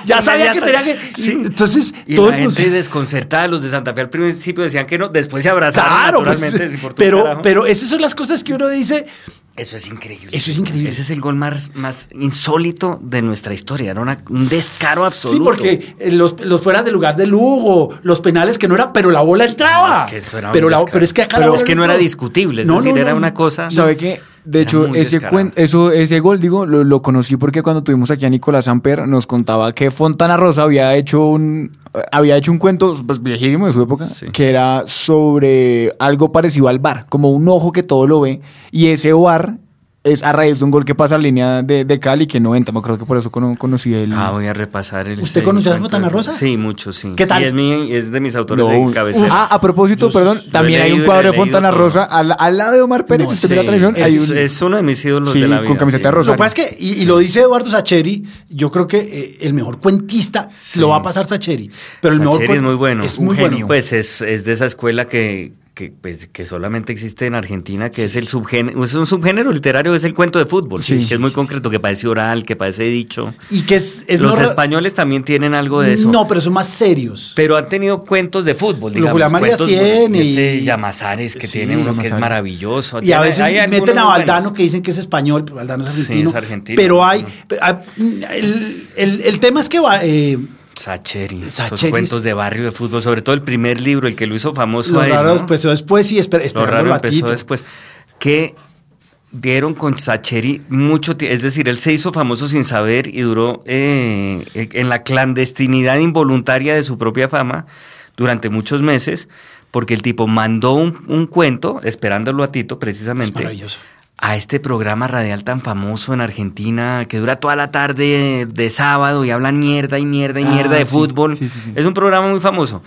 [SPEAKER 5] ya sabía que tenía que... y
[SPEAKER 6] Sí.
[SPEAKER 5] Entonces,
[SPEAKER 6] Y
[SPEAKER 5] todo
[SPEAKER 6] la
[SPEAKER 5] el mundo-
[SPEAKER 6] gente desconcertada, los de Santa Fe al principio decían que no, después se abrazaron
[SPEAKER 5] Claro, pues,
[SPEAKER 6] naturalmente. les importó un
[SPEAKER 5] pero,
[SPEAKER 6] carajo.
[SPEAKER 5] pero esas son las cosas que uno dice,
[SPEAKER 6] Eso es increíble.
[SPEAKER 5] Eso es increíble.
[SPEAKER 6] Ese es el gol más, más insólito de nuestra historia. Era una- un descaro absoluto.
[SPEAKER 5] Sí, porque eh, los, los fueras de lugar de Lugo, los penales que no era, pero la bola entraba.
[SPEAKER 6] No, es que esto era un
[SPEAKER 5] pero, la,
[SPEAKER 6] descaro.
[SPEAKER 5] pero es que acá la
[SPEAKER 6] Pero
[SPEAKER 5] bola
[SPEAKER 6] es que no era
[SPEAKER 5] entraba.
[SPEAKER 6] discutible, es
[SPEAKER 5] No,
[SPEAKER 6] decir,
[SPEAKER 5] no,
[SPEAKER 6] era
[SPEAKER 5] no.
[SPEAKER 6] una cosa.
[SPEAKER 4] ¿Sabe qué? De
[SPEAKER 6] Era
[SPEAKER 4] hecho,
[SPEAKER 6] muy
[SPEAKER 4] ese,
[SPEAKER 6] descarado.
[SPEAKER 4] cuen- eso, ese gol, digo, lo, lo conocí porque cuando tuvimos aquí a Nicolás Amper nos contaba que Fontana Rosa había hecho un había hecho un cuento pues, viejísimo de su época que era sobre algo parecido al bar, como un ojo que todo lo ve y ese bar es a raíz de un gol que pasa a línea de, de Cali que no entra, me creo que por eso cono- conocí el
[SPEAKER 6] Ah, voy a repasar el.
[SPEAKER 5] Mm. ¿Usted
[SPEAKER 6] el
[SPEAKER 5] conoció a
[SPEAKER 6] cuento
[SPEAKER 5] Fontana
[SPEAKER 6] de-
[SPEAKER 5] Rosa?
[SPEAKER 6] Sí, mucho, sí.
[SPEAKER 5] ¿Qué tal?
[SPEAKER 6] Y es, mi- es de mis autores
[SPEAKER 4] No,
[SPEAKER 6] de
[SPEAKER 4] un-
[SPEAKER 6] cabecera.
[SPEAKER 4] Ah, a propósito, perdón,
[SPEAKER 6] he
[SPEAKER 4] también hay un
[SPEAKER 6] leído,
[SPEAKER 4] cuadro
[SPEAKER 6] he
[SPEAKER 4] de Fontana
[SPEAKER 6] leído todo.
[SPEAKER 4] Rosa al, al lado de Omar Pérez,
[SPEAKER 5] No,
[SPEAKER 4] usted ve
[SPEAKER 5] sí,
[SPEAKER 4] la televisión,
[SPEAKER 6] es,
[SPEAKER 4] hay un-
[SPEAKER 6] es uno de mis ídolos
[SPEAKER 4] Sí,
[SPEAKER 6] de la vida.
[SPEAKER 4] con camiseta
[SPEAKER 6] sí.
[SPEAKER 4] rosa.
[SPEAKER 5] Lo que pasa es que, y, y lo dice Eduardo Sacheri, yo creo que eh, el mejor cuentista lo va a pasar Sacheri. Pero el mejor
[SPEAKER 6] Sacheri es
[SPEAKER 5] cuen-
[SPEAKER 6] muy bueno. Pues
[SPEAKER 5] Es muy
[SPEAKER 6] Un genio.
[SPEAKER 5] bueno.
[SPEAKER 6] Pues es, es de esa escuela que, que, pues, que solamente existe en Argentina, que es el subgénero, pues, es un subgénero literario, es el cuento de fútbol,
[SPEAKER 5] Sí,
[SPEAKER 6] que
[SPEAKER 5] sí,
[SPEAKER 6] es muy concreto, que parece oral, que parece dicho.
[SPEAKER 5] Y que es, es
[SPEAKER 6] Los
[SPEAKER 5] no ra-
[SPEAKER 6] españoles también tienen algo de eso.
[SPEAKER 5] No, pero son más serios.
[SPEAKER 6] Pero han tenido cuentos de fútbol, digamos.
[SPEAKER 5] Julio Amarillas
[SPEAKER 6] cuentos
[SPEAKER 5] tiene
[SPEAKER 6] buenos. Este
[SPEAKER 5] y-
[SPEAKER 6] Llamazares, que
[SPEAKER 5] Sí,
[SPEAKER 6] tiene uno que es
[SPEAKER 4] Llamazares.
[SPEAKER 6] maravilloso.
[SPEAKER 5] y a
[SPEAKER 6] Tiene-
[SPEAKER 5] veces
[SPEAKER 6] hay algunos
[SPEAKER 5] meten a
[SPEAKER 6] muy
[SPEAKER 5] Valdano
[SPEAKER 6] buenos.
[SPEAKER 5] que dicen que es español, pero Valdano es
[SPEAKER 6] Sí, es
[SPEAKER 5] argentino.
[SPEAKER 6] argentino.
[SPEAKER 5] Pero hay.
[SPEAKER 6] No.
[SPEAKER 5] pe- ah, el, el- el tema es que va, eh,
[SPEAKER 6] Sacheri, esos
[SPEAKER 5] Sacheri es-
[SPEAKER 6] cuentos de barrio de fútbol, sobre todo el primer libro, el que lo hizo famoso
[SPEAKER 5] lo
[SPEAKER 6] a él,
[SPEAKER 5] raro
[SPEAKER 6] ¿no?
[SPEAKER 5] después, después y esper-
[SPEAKER 6] Lo
[SPEAKER 5] esperando el
[SPEAKER 6] raro empezó
[SPEAKER 5] batito.
[SPEAKER 6] después. Que dieron con Sacheri mucho tiempo. Es decir, él se hizo famoso sin saber y duró eh, en la clandestinidad involuntaria de su propia fama durante muchos meses, porque el tipo mandó un, un cuento, esperándolo a Tito
[SPEAKER 5] Es
[SPEAKER 6] precisamente
[SPEAKER 5] maravilloso.
[SPEAKER 6] a este programa radial tan famoso en Argentina que dura toda la tarde de sábado y hablan mierda y mierda y
[SPEAKER 4] Ah,
[SPEAKER 6] mierda de
[SPEAKER 4] sí.
[SPEAKER 6] fútbol.
[SPEAKER 4] Sí, sí, sí.
[SPEAKER 6] Es un programa muy famoso.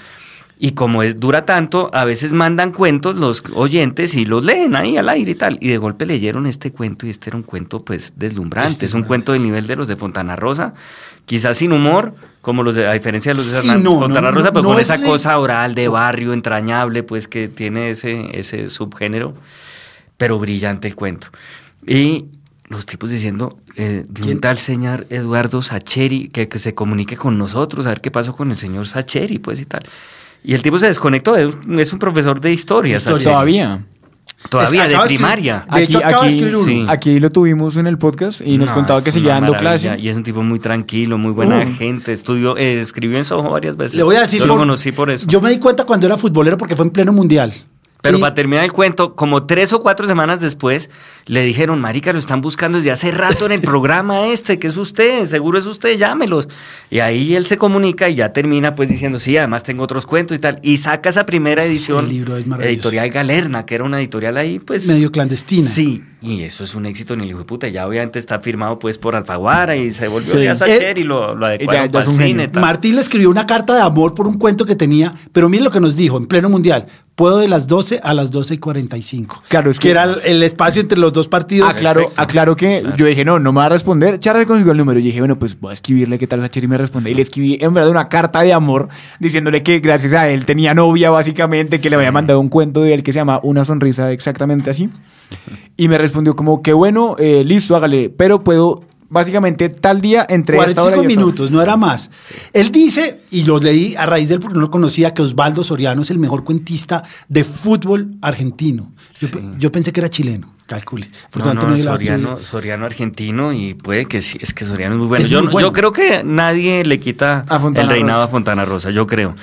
[SPEAKER 6] Y como es, dura tanto, a veces mandan cuentos los oyentes y los leen ahí al aire y tal. Y de golpe leyeron este cuento y este era un cuento pues deslumbrante.
[SPEAKER 5] Este
[SPEAKER 6] es un
[SPEAKER 5] es-
[SPEAKER 6] cuento del nivel de los de Fontana Rosa, quizás sin humor, como los de, a diferencia de los de
[SPEAKER 5] Sí,
[SPEAKER 6] Hernández
[SPEAKER 5] no, no,
[SPEAKER 6] Fontana
[SPEAKER 5] no,
[SPEAKER 6] Rosa, pero
[SPEAKER 5] no
[SPEAKER 6] con
[SPEAKER 5] es
[SPEAKER 6] esa
[SPEAKER 5] le-
[SPEAKER 6] cosa oral de barrio entrañable, pues que tiene ese, ese subgénero pero brillante el cuento. Y los tipos diciendo, eh, de un
[SPEAKER 5] ¿Quién?
[SPEAKER 6] tal señor Eduardo Sacheri, que, que se comunique con nosotros, a ver qué pasó con el señor Sacheri, pues y tal. Y el tipo se desconectó, es un- es un profesor de historia,
[SPEAKER 5] Historia.
[SPEAKER 6] Sacheri.
[SPEAKER 4] Todavía.
[SPEAKER 6] Todavía,
[SPEAKER 5] Es-
[SPEAKER 6] de
[SPEAKER 5] acaba escribir-
[SPEAKER 6] primaria.
[SPEAKER 5] De hecho, acaba de escribir uno.
[SPEAKER 6] Sí.
[SPEAKER 4] aquí lo tuvimos en el podcast y nos
[SPEAKER 6] No,
[SPEAKER 4] contaba
[SPEAKER 6] es
[SPEAKER 4] que
[SPEAKER 6] una
[SPEAKER 4] seguía dando
[SPEAKER 6] maravilla.
[SPEAKER 4] clase.
[SPEAKER 6] Y es un tipo muy tranquilo, muy buena
[SPEAKER 4] Uh.
[SPEAKER 6] gente. Estudió, eh, escribió en Soho varias veces.
[SPEAKER 5] Le voy a decir.
[SPEAKER 6] Yo lo
[SPEAKER 5] por-
[SPEAKER 6] conocí por eso.
[SPEAKER 5] Yo me di cuenta cuando era futbolero porque fue en pleno mundial.
[SPEAKER 6] Pero
[SPEAKER 5] Y-
[SPEAKER 6] para terminar el cuento, como tres o cuatro semanas después, le dijeron, marica, lo están buscando desde hace rato en el programa este, que es usted, seguro es usted, llámelos. Y ahí él se comunica y ya termina pues diciendo, sí, además tengo otros cuentos y tal. Y saca esa primera edición,
[SPEAKER 5] El libro es maravilloso.
[SPEAKER 6] editorial Galerna, que era una editorial ahí pues...
[SPEAKER 5] Medio clandestina.
[SPEAKER 6] Sí, y eso es un éxito en el hijo de puta. Ya obviamente está firmado pues por Alfaguara y se volvió
[SPEAKER 4] Sí.
[SPEAKER 6] ya Sacher
[SPEAKER 5] Eh,
[SPEAKER 6] y lo, lo
[SPEAKER 4] ya
[SPEAKER 6] adecuaron
[SPEAKER 4] es
[SPEAKER 6] para el
[SPEAKER 4] un
[SPEAKER 6] cine.
[SPEAKER 4] genio.
[SPEAKER 6] tal.
[SPEAKER 5] Martín le escribió una carta de amor por un cuento que tenía, pero mire lo que nos dijo en pleno mundial. Puedo de las 12 a las 12 y 45.
[SPEAKER 4] Claro, es
[SPEAKER 5] que
[SPEAKER 4] que- Ah,
[SPEAKER 5] era el- el espacio entre los dos partidos.
[SPEAKER 4] Aclaro,
[SPEAKER 6] Perfecto.
[SPEAKER 4] aclaro que
[SPEAKER 6] Claro.
[SPEAKER 4] yo dije, no, no me va a responder. Charles consiguió el número. Y dije, bueno, pues voy a escribirle qué tal Sacheri me responde. Y le escribí en verdad una carta de amor diciéndole que gracias a él tenía novia, básicamente, que le había mandado un cuento de él que se llama Una sonrisa exactamente así. Y me respondió como, qué bueno, eh, listo, hágale. Pero puedo, básicamente, tal día entre esta hora y
[SPEAKER 5] 45
[SPEAKER 4] esta hora".
[SPEAKER 5] minutos, no era más. Él dice, y lo leí a raíz de él porque no lo conocía, que Osvaldo Soriano es el mejor cuentista de fútbol argentino. Yo, pe- yo pensé que era chileno, calcule.
[SPEAKER 6] No,
[SPEAKER 5] Afortunadamente no
[SPEAKER 6] no,
[SPEAKER 5] era
[SPEAKER 6] Soriano,
[SPEAKER 5] así.
[SPEAKER 6] Soriano argentino y puede que sí, es que Soriano es muy bueno.
[SPEAKER 5] Es
[SPEAKER 6] yo,
[SPEAKER 5] muy
[SPEAKER 6] no-
[SPEAKER 5] bueno.
[SPEAKER 6] yo creo que nadie le quita
[SPEAKER 4] A Fontana
[SPEAKER 6] el reinado
[SPEAKER 4] Rosa.
[SPEAKER 6] a Fontana Rosa, yo creo.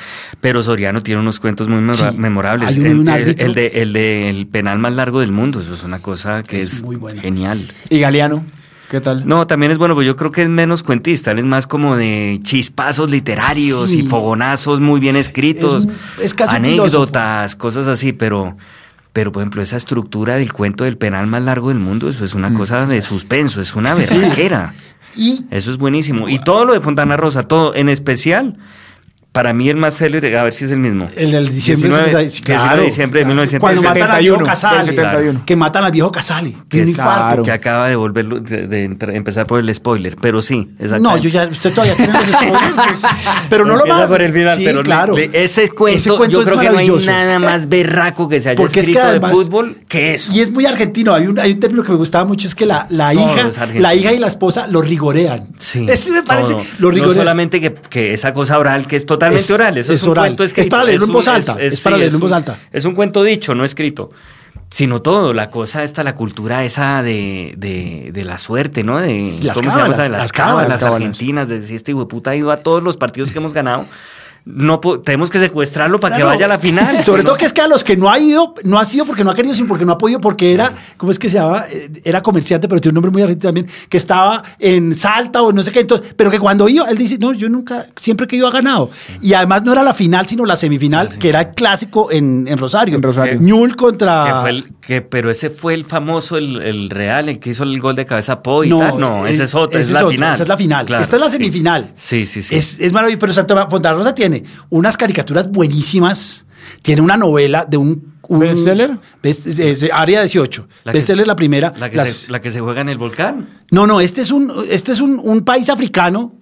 [SPEAKER 6] Pero Soriano tiene unos cuentos muy memora-
[SPEAKER 5] Sí.
[SPEAKER 6] memorables.
[SPEAKER 5] Hay uno de
[SPEAKER 6] el,
[SPEAKER 5] un
[SPEAKER 6] el-
[SPEAKER 5] árbitro.
[SPEAKER 6] el de, el de el penal más largo del mundo, eso es una cosa que
[SPEAKER 5] Es
[SPEAKER 6] es,
[SPEAKER 5] muy buena.
[SPEAKER 6] genial.
[SPEAKER 4] Y Galeano, ¿qué tal?
[SPEAKER 6] No, también es bueno, pero yo creo que es menos cuentista, él es más como de chispazos literarios
[SPEAKER 5] Sí.
[SPEAKER 6] y fogonazos muy bien escritos,
[SPEAKER 5] Es- es casi un
[SPEAKER 6] anécdotas, cosas así, pero, pero por ejemplo, esa estructura del cuento del penal más largo del mundo, eso es
[SPEAKER 5] Mm.
[SPEAKER 6] una cosa de suspenso, es una verdadera.
[SPEAKER 5] Y
[SPEAKER 6] Eso es buenísimo. Y todo lo de Fontana Rosa, todo, en especial, para mí el más célebre, a ver si es el mismo.
[SPEAKER 5] el del diciembre,
[SPEAKER 6] 19,
[SPEAKER 5] de- sí, claro,
[SPEAKER 6] 19 de diciembre de
[SPEAKER 5] claro.
[SPEAKER 6] 1971.
[SPEAKER 5] Cuando matan al viejo Casale.
[SPEAKER 4] del 71.
[SPEAKER 5] Que matan al viejo Casale. Tiene un
[SPEAKER 4] Claro.
[SPEAKER 5] infarto.
[SPEAKER 6] Que acaba de volverlo, de, de entrar- empezar por el spoiler, pero sí, exactamente.
[SPEAKER 5] No, yo ya, usted todavía tiene los
[SPEAKER 6] [laughs]
[SPEAKER 5] spoilers, pues, pero no lo
[SPEAKER 6] Empieza
[SPEAKER 5] más.
[SPEAKER 6] por el final,
[SPEAKER 5] sí,
[SPEAKER 6] pero le-
[SPEAKER 5] claro.
[SPEAKER 6] le- ese, cuento, yo creo que no hay nada más berraco que se haya
[SPEAKER 5] Porque es que
[SPEAKER 6] escrito
[SPEAKER 5] además-
[SPEAKER 6] de fútbol que eso.
[SPEAKER 5] Y es muy argentino. Hay un, hay un término que me gustaba mucho, es que la, la
[SPEAKER 6] Todo
[SPEAKER 5] hija,
[SPEAKER 6] es argentino.
[SPEAKER 5] la hija y la esposa lo rigorean.
[SPEAKER 6] Sí,
[SPEAKER 5] Ese me parece,
[SPEAKER 6] todo.
[SPEAKER 5] lo
[SPEAKER 6] No
[SPEAKER 5] rigorean.
[SPEAKER 6] solamente que, que esa cosa oral, que es totalmente
[SPEAKER 5] Es-
[SPEAKER 6] oral, eso
[SPEAKER 5] es
[SPEAKER 6] es, un
[SPEAKER 5] oral.
[SPEAKER 6] cuento
[SPEAKER 5] Es
[SPEAKER 6] escrito.
[SPEAKER 5] para leerlo en
[SPEAKER 6] un-
[SPEAKER 5] voz alta, es para leerlo en
[SPEAKER 6] un-
[SPEAKER 5] voz alta.
[SPEAKER 6] Es un cuento dicho, no escrito. Sino todo, la cosa está, la cultura esa de, de, de la suerte, ¿no? De,
[SPEAKER 5] Las
[SPEAKER 6] ¿Cómo se llama
[SPEAKER 5] cábalas,
[SPEAKER 6] esa? De las,
[SPEAKER 5] las cábalas,
[SPEAKER 6] cábalas,
[SPEAKER 5] cábalas.
[SPEAKER 6] argentinas, de si este hijo de puta ha ido a todos los partidos que hemos ganado, no po- tenemos que secuestrarlo para
[SPEAKER 5] Claro.
[SPEAKER 6] que vaya a la final.
[SPEAKER 5] [laughs] Sobre
[SPEAKER 6] Si
[SPEAKER 5] todo
[SPEAKER 6] no-
[SPEAKER 5] que es que a los que no ha ido, no ha sido porque no ha querido, sino porque no ha podido, porque era, ¿cómo es que se llama? Eh, Era comerciante, pero tiene un nombre muy argentino también, que estaba en Salta o no sé qué, entonces, pero que cuando iba, él dice, no, yo nunca, siempre que iba ha ganado. Y además no era la final, sino la semifinal, que era el clásico en, en Rosario.
[SPEAKER 4] En Rosario.
[SPEAKER 5] Ñul
[SPEAKER 6] Que
[SPEAKER 5] contra...
[SPEAKER 6] fue el- que- pero ese fue el famoso, el, el real, el que hizo el gol de cabeza Po y
[SPEAKER 5] No,
[SPEAKER 6] tal. No,
[SPEAKER 5] eh,
[SPEAKER 6] ese es otro,
[SPEAKER 5] ese es
[SPEAKER 6] esa es la
[SPEAKER 5] otro,
[SPEAKER 6] final.
[SPEAKER 5] esa es la final. Esta es la semifinal.
[SPEAKER 6] Sí, sí, sí.
[SPEAKER 5] Es, es maravilloso, pero Santa Fontana Rosa tiene unas caricaturas buenísimas, tiene una novela de un... un
[SPEAKER 4] ¿Bestseller?
[SPEAKER 5] best- es- es- área 18.
[SPEAKER 6] La que-
[SPEAKER 5] Bestseller la primera.
[SPEAKER 6] la, que
[SPEAKER 5] las-
[SPEAKER 6] se, la que se juega en el volcán.
[SPEAKER 5] No, no, este es un, este es un, un país africano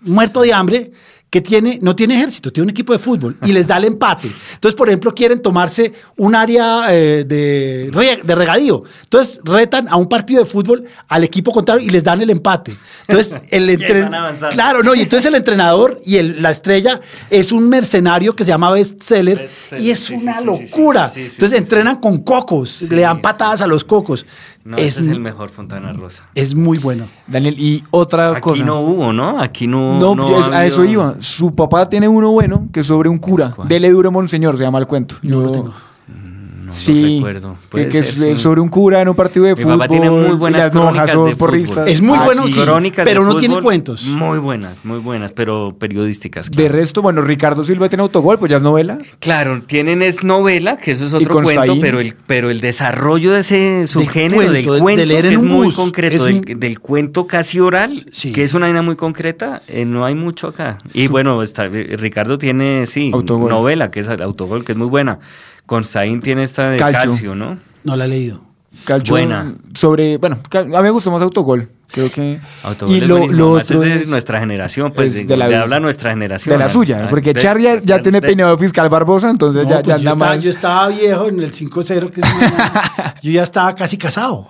[SPEAKER 5] muerto de hambre que tiene, no tiene ejército, tiene un equipo de fútbol y les da el empate. Entonces, por ejemplo, quieren tomarse un área eh, de, re- de regadío. Entonces, retan a un partido de fútbol al equipo contrario y les dan el empate. Entonces,
[SPEAKER 6] [laughs]
[SPEAKER 5] el
[SPEAKER 6] ahí
[SPEAKER 5] entren-
[SPEAKER 6] van avanzando.
[SPEAKER 5] Claro, no, y entonces el entrenador y el- la estrella es un mercenario que se llama bestseller
[SPEAKER 6] Bestseller,
[SPEAKER 5] y es
[SPEAKER 6] sí,
[SPEAKER 5] una
[SPEAKER 6] sí, sí, sí,
[SPEAKER 5] locura.
[SPEAKER 6] sí, sí, sí,
[SPEAKER 5] entonces,
[SPEAKER 6] sí,
[SPEAKER 5] entrenan con cocos, le dan patadas a los cocos.
[SPEAKER 6] No,
[SPEAKER 5] es,
[SPEAKER 6] ese es el mejor Fontana Rosa.
[SPEAKER 5] es muy bueno.
[SPEAKER 4] Daniel, y otra
[SPEAKER 6] Aquí
[SPEAKER 4] cosa.
[SPEAKER 6] no hubo, ¿no? Aquí no.
[SPEAKER 4] No,
[SPEAKER 6] no
[SPEAKER 4] es-
[SPEAKER 6] ha
[SPEAKER 4] a eso
[SPEAKER 6] habido-
[SPEAKER 4] iba. Su papá tiene uno bueno que es sobre un cura.
[SPEAKER 6] ¿Cuál? Mm,
[SPEAKER 4] Dele duro, monseñor, se llama el cuento.
[SPEAKER 5] No lo
[SPEAKER 4] Yo-
[SPEAKER 5] tengo.
[SPEAKER 6] No, no
[SPEAKER 4] sí,
[SPEAKER 6] recuerdo.
[SPEAKER 4] que,
[SPEAKER 6] Puede
[SPEAKER 4] que
[SPEAKER 6] ser,
[SPEAKER 4] es eh,
[SPEAKER 6] sí.
[SPEAKER 4] sobre un cura en un partido de
[SPEAKER 6] Mi
[SPEAKER 4] fútbol.
[SPEAKER 6] papá tiene muy
[SPEAKER 4] y
[SPEAKER 6] buenas
[SPEAKER 4] las monjas
[SPEAKER 6] crónicas de
[SPEAKER 4] son
[SPEAKER 6] fútbol.
[SPEAKER 4] porristas.
[SPEAKER 5] Es muy
[SPEAKER 4] Ah,
[SPEAKER 5] bueno,
[SPEAKER 4] sí.
[SPEAKER 5] sí.
[SPEAKER 6] Crónicas
[SPEAKER 5] pero
[SPEAKER 6] de
[SPEAKER 5] no tiene
[SPEAKER 6] fútbol,
[SPEAKER 5] cuentos.
[SPEAKER 6] Muy buenas, muy buenas, pero periodísticas.
[SPEAKER 4] De
[SPEAKER 6] Claro,
[SPEAKER 4] resto, bueno, Ricardo Silva tiene autogol, pues ya es novela.
[SPEAKER 6] Claro, tienen es novela, que eso es
[SPEAKER 4] Y
[SPEAKER 6] otro cuento,
[SPEAKER 4] Constaín.
[SPEAKER 6] pero el, pero el desarrollo de ese subgénero
[SPEAKER 5] cuento,
[SPEAKER 6] del
[SPEAKER 5] de- de
[SPEAKER 6] cuento,
[SPEAKER 5] leer
[SPEAKER 6] que
[SPEAKER 5] en
[SPEAKER 6] es
[SPEAKER 5] un
[SPEAKER 6] muy
[SPEAKER 5] bus, es
[SPEAKER 6] concreto, del,
[SPEAKER 5] un-
[SPEAKER 6] del cuento casi oral,
[SPEAKER 5] Sí.
[SPEAKER 6] que es una vaina muy concreta, eh, no hay mucho acá. Y bueno, está- eh, Ricardo tiene, sí,
[SPEAKER 4] Autogol.
[SPEAKER 6] novela, que es el autogol, que es muy buena. Constaín tiene esta de
[SPEAKER 4] Calcio.
[SPEAKER 6] calcio, ¿no?
[SPEAKER 5] No la he leído.
[SPEAKER 4] Calcho,
[SPEAKER 6] Buena.
[SPEAKER 4] Sobre, bueno, cal- a mí me gustó más autogol. Creo que.
[SPEAKER 6] Autogol es buenísimo. Además, es de nuestra generación, pues
[SPEAKER 4] es
[SPEAKER 6] de,
[SPEAKER 4] de la-
[SPEAKER 6] le habla nuestra generación.
[SPEAKER 4] de la suya,
[SPEAKER 6] Ah,
[SPEAKER 4] porque
[SPEAKER 6] de-
[SPEAKER 4] Charri ya, ya
[SPEAKER 6] de-
[SPEAKER 4] tiene
[SPEAKER 6] de-
[SPEAKER 4] peinado fiscal Barbosa, entonces
[SPEAKER 5] No,
[SPEAKER 4] ya, ya
[SPEAKER 5] pues yo,
[SPEAKER 4] anda
[SPEAKER 5] estaba,
[SPEAKER 4] más.
[SPEAKER 5] yo estaba viejo en el 5-0, que es
[SPEAKER 4] [laughs]
[SPEAKER 5] una- yo ya estaba casi casado.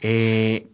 [SPEAKER 6] Eh,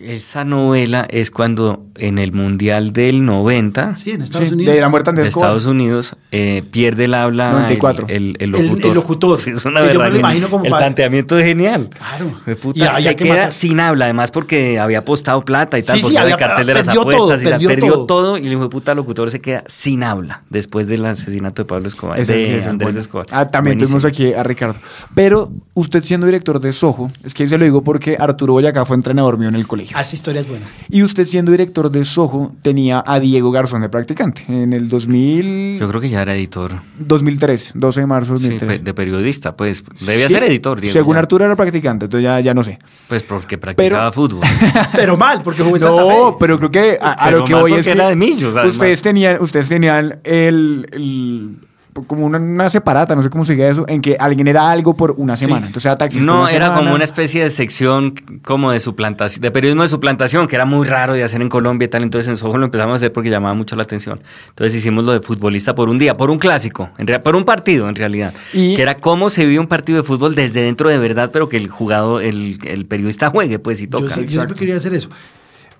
[SPEAKER 6] esa novela es cuando en el Mundial del 90
[SPEAKER 5] Sí, en Estados
[SPEAKER 4] Sí,
[SPEAKER 5] Unidos.
[SPEAKER 4] de la muerte de
[SPEAKER 6] de
[SPEAKER 4] Escobar.
[SPEAKER 6] Estados Unidos eh, pierde el habla
[SPEAKER 4] 94.
[SPEAKER 6] El,
[SPEAKER 5] El-
[SPEAKER 6] el, el
[SPEAKER 5] el
[SPEAKER 6] locutor.
[SPEAKER 5] locutor.
[SPEAKER 6] Sí, es una
[SPEAKER 5] Que yo me lo
[SPEAKER 6] verdadera-
[SPEAKER 5] imagino como
[SPEAKER 6] el
[SPEAKER 5] padre.
[SPEAKER 6] planteamiento es genial.
[SPEAKER 5] Claro.
[SPEAKER 6] Fue puta,
[SPEAKER 5] Y había
[SPEAKER 6] se
[SPEAKER 5] que
[SPEAKER 6] queda
[SPEAKER 5] matar.
[SPEAKER 6] sin habla, además porque había apostado plata y tal,
[SPEAKER 5] Sí, sí,
[SPEAKER 6] porque
[SPEAKER 5] había-
[SPEAKER 6] había cartel de las
[SPEAKER 5] perdió
[SPEAKER 6] apuestas
[SPEAKER 5] todo,
[SPEAKER 6] y la
[SPEAKER 5] perdió
[SPEAKER 6] perdió
[SPEAKER 5] todo.
[SPEAKER 6] todo. y el hijo de puta locutor se queda sin habla después del asesinato de Pablo Escobar,
[SPEAKER 4] Ese
[SPEAKER 6] de
[SPEAKER 4] sí es el
[SPEAKER 6] Andrés
[SPEAKER 4] bueno.
[SPEAKER 6] Escobar.
[SPEAKER 4] Ah, también
[SPEAKER 6] Buenísimo.
[SPEAKER 4] tuvimos aquí a Ricardo. Pero usted siendo director de Soho, es que se lo digo porque Arturo Boyacá fue entrenador mío en el colegio.
[SPEAKER 5] Ah, esa historia es buena.
[SPEAKER 4] Y usted siendo director de Soho tenía a Diego Garzón de practicante en el 2000,
[SPEAKER 6] Yo creo que ya era editor
[SPEAKER 4] 2003, 12 de marzo de
[SPEAKER 6] sí,
[SPEAKER 4] 2003.
[SPEAKER 6] pe- de periodista, pues debía
[SPEAKER 4] Sí,
[SPEAKER 6] ser editor. Diego,
[SPEAKER 4] Según
[SPEAKER 6] ya.
[SPEAKER 4] Arturo era practicante, entonces ya, ya no sé.
[SPEAKER 6] Pues porque practicaba fútbol.
[SPEAKER 5] Pero mal, porque jugó en
[SPEAKER 4] [laughs]
[SPEAKER 5] Santa
[SPEAKER 4] No,
[SPEAKER 5] Fe.
[SPEAKER 4] pero creo que a, a
[SPEAKER 6] Pero
[SPEAKER 4] lo que
[SPEAKER 6] mal
[SPEAKER 4] voy
[SPEAKER 6] porque
[SPEAKER 4] es que
[SPEAKER 6] era de Millos, además.
[SPEAKER 4] ustedes tenían, ustedes tenían el, el- como una, una separata, no sé cómo se diga eso, en que alguien era algo por una semana. Entonces era [laughs] taxista.
[SPEAKER 6] No,
[SPEAKER 4] una
[SPEAKER 6] era
[SPEAKER 4] semana.
[SPEAKER 6] como una especie de sección como de suplantación, de periodismo de suplantación, que era muy raro de hacer en Colombia y tal. Entonces en Soho lo empezamos a hacer porque llamaba mucho la atención. Entonces hicimos lo de futbolista por un día, por un clásico, en rea- por un partido en realidad.
[SPEAKER 4] Y-
[SPEAKER 6] Que era cómo se vive un partido de fútbol desde dentro de verdad, pero que el jugador, el, el periodista juegue, pues, y
[SPEAKER 5] Yo,
[SPEAKER 6] toca.
[SPEAKER 5] sí- yo siempre quería hacer eso.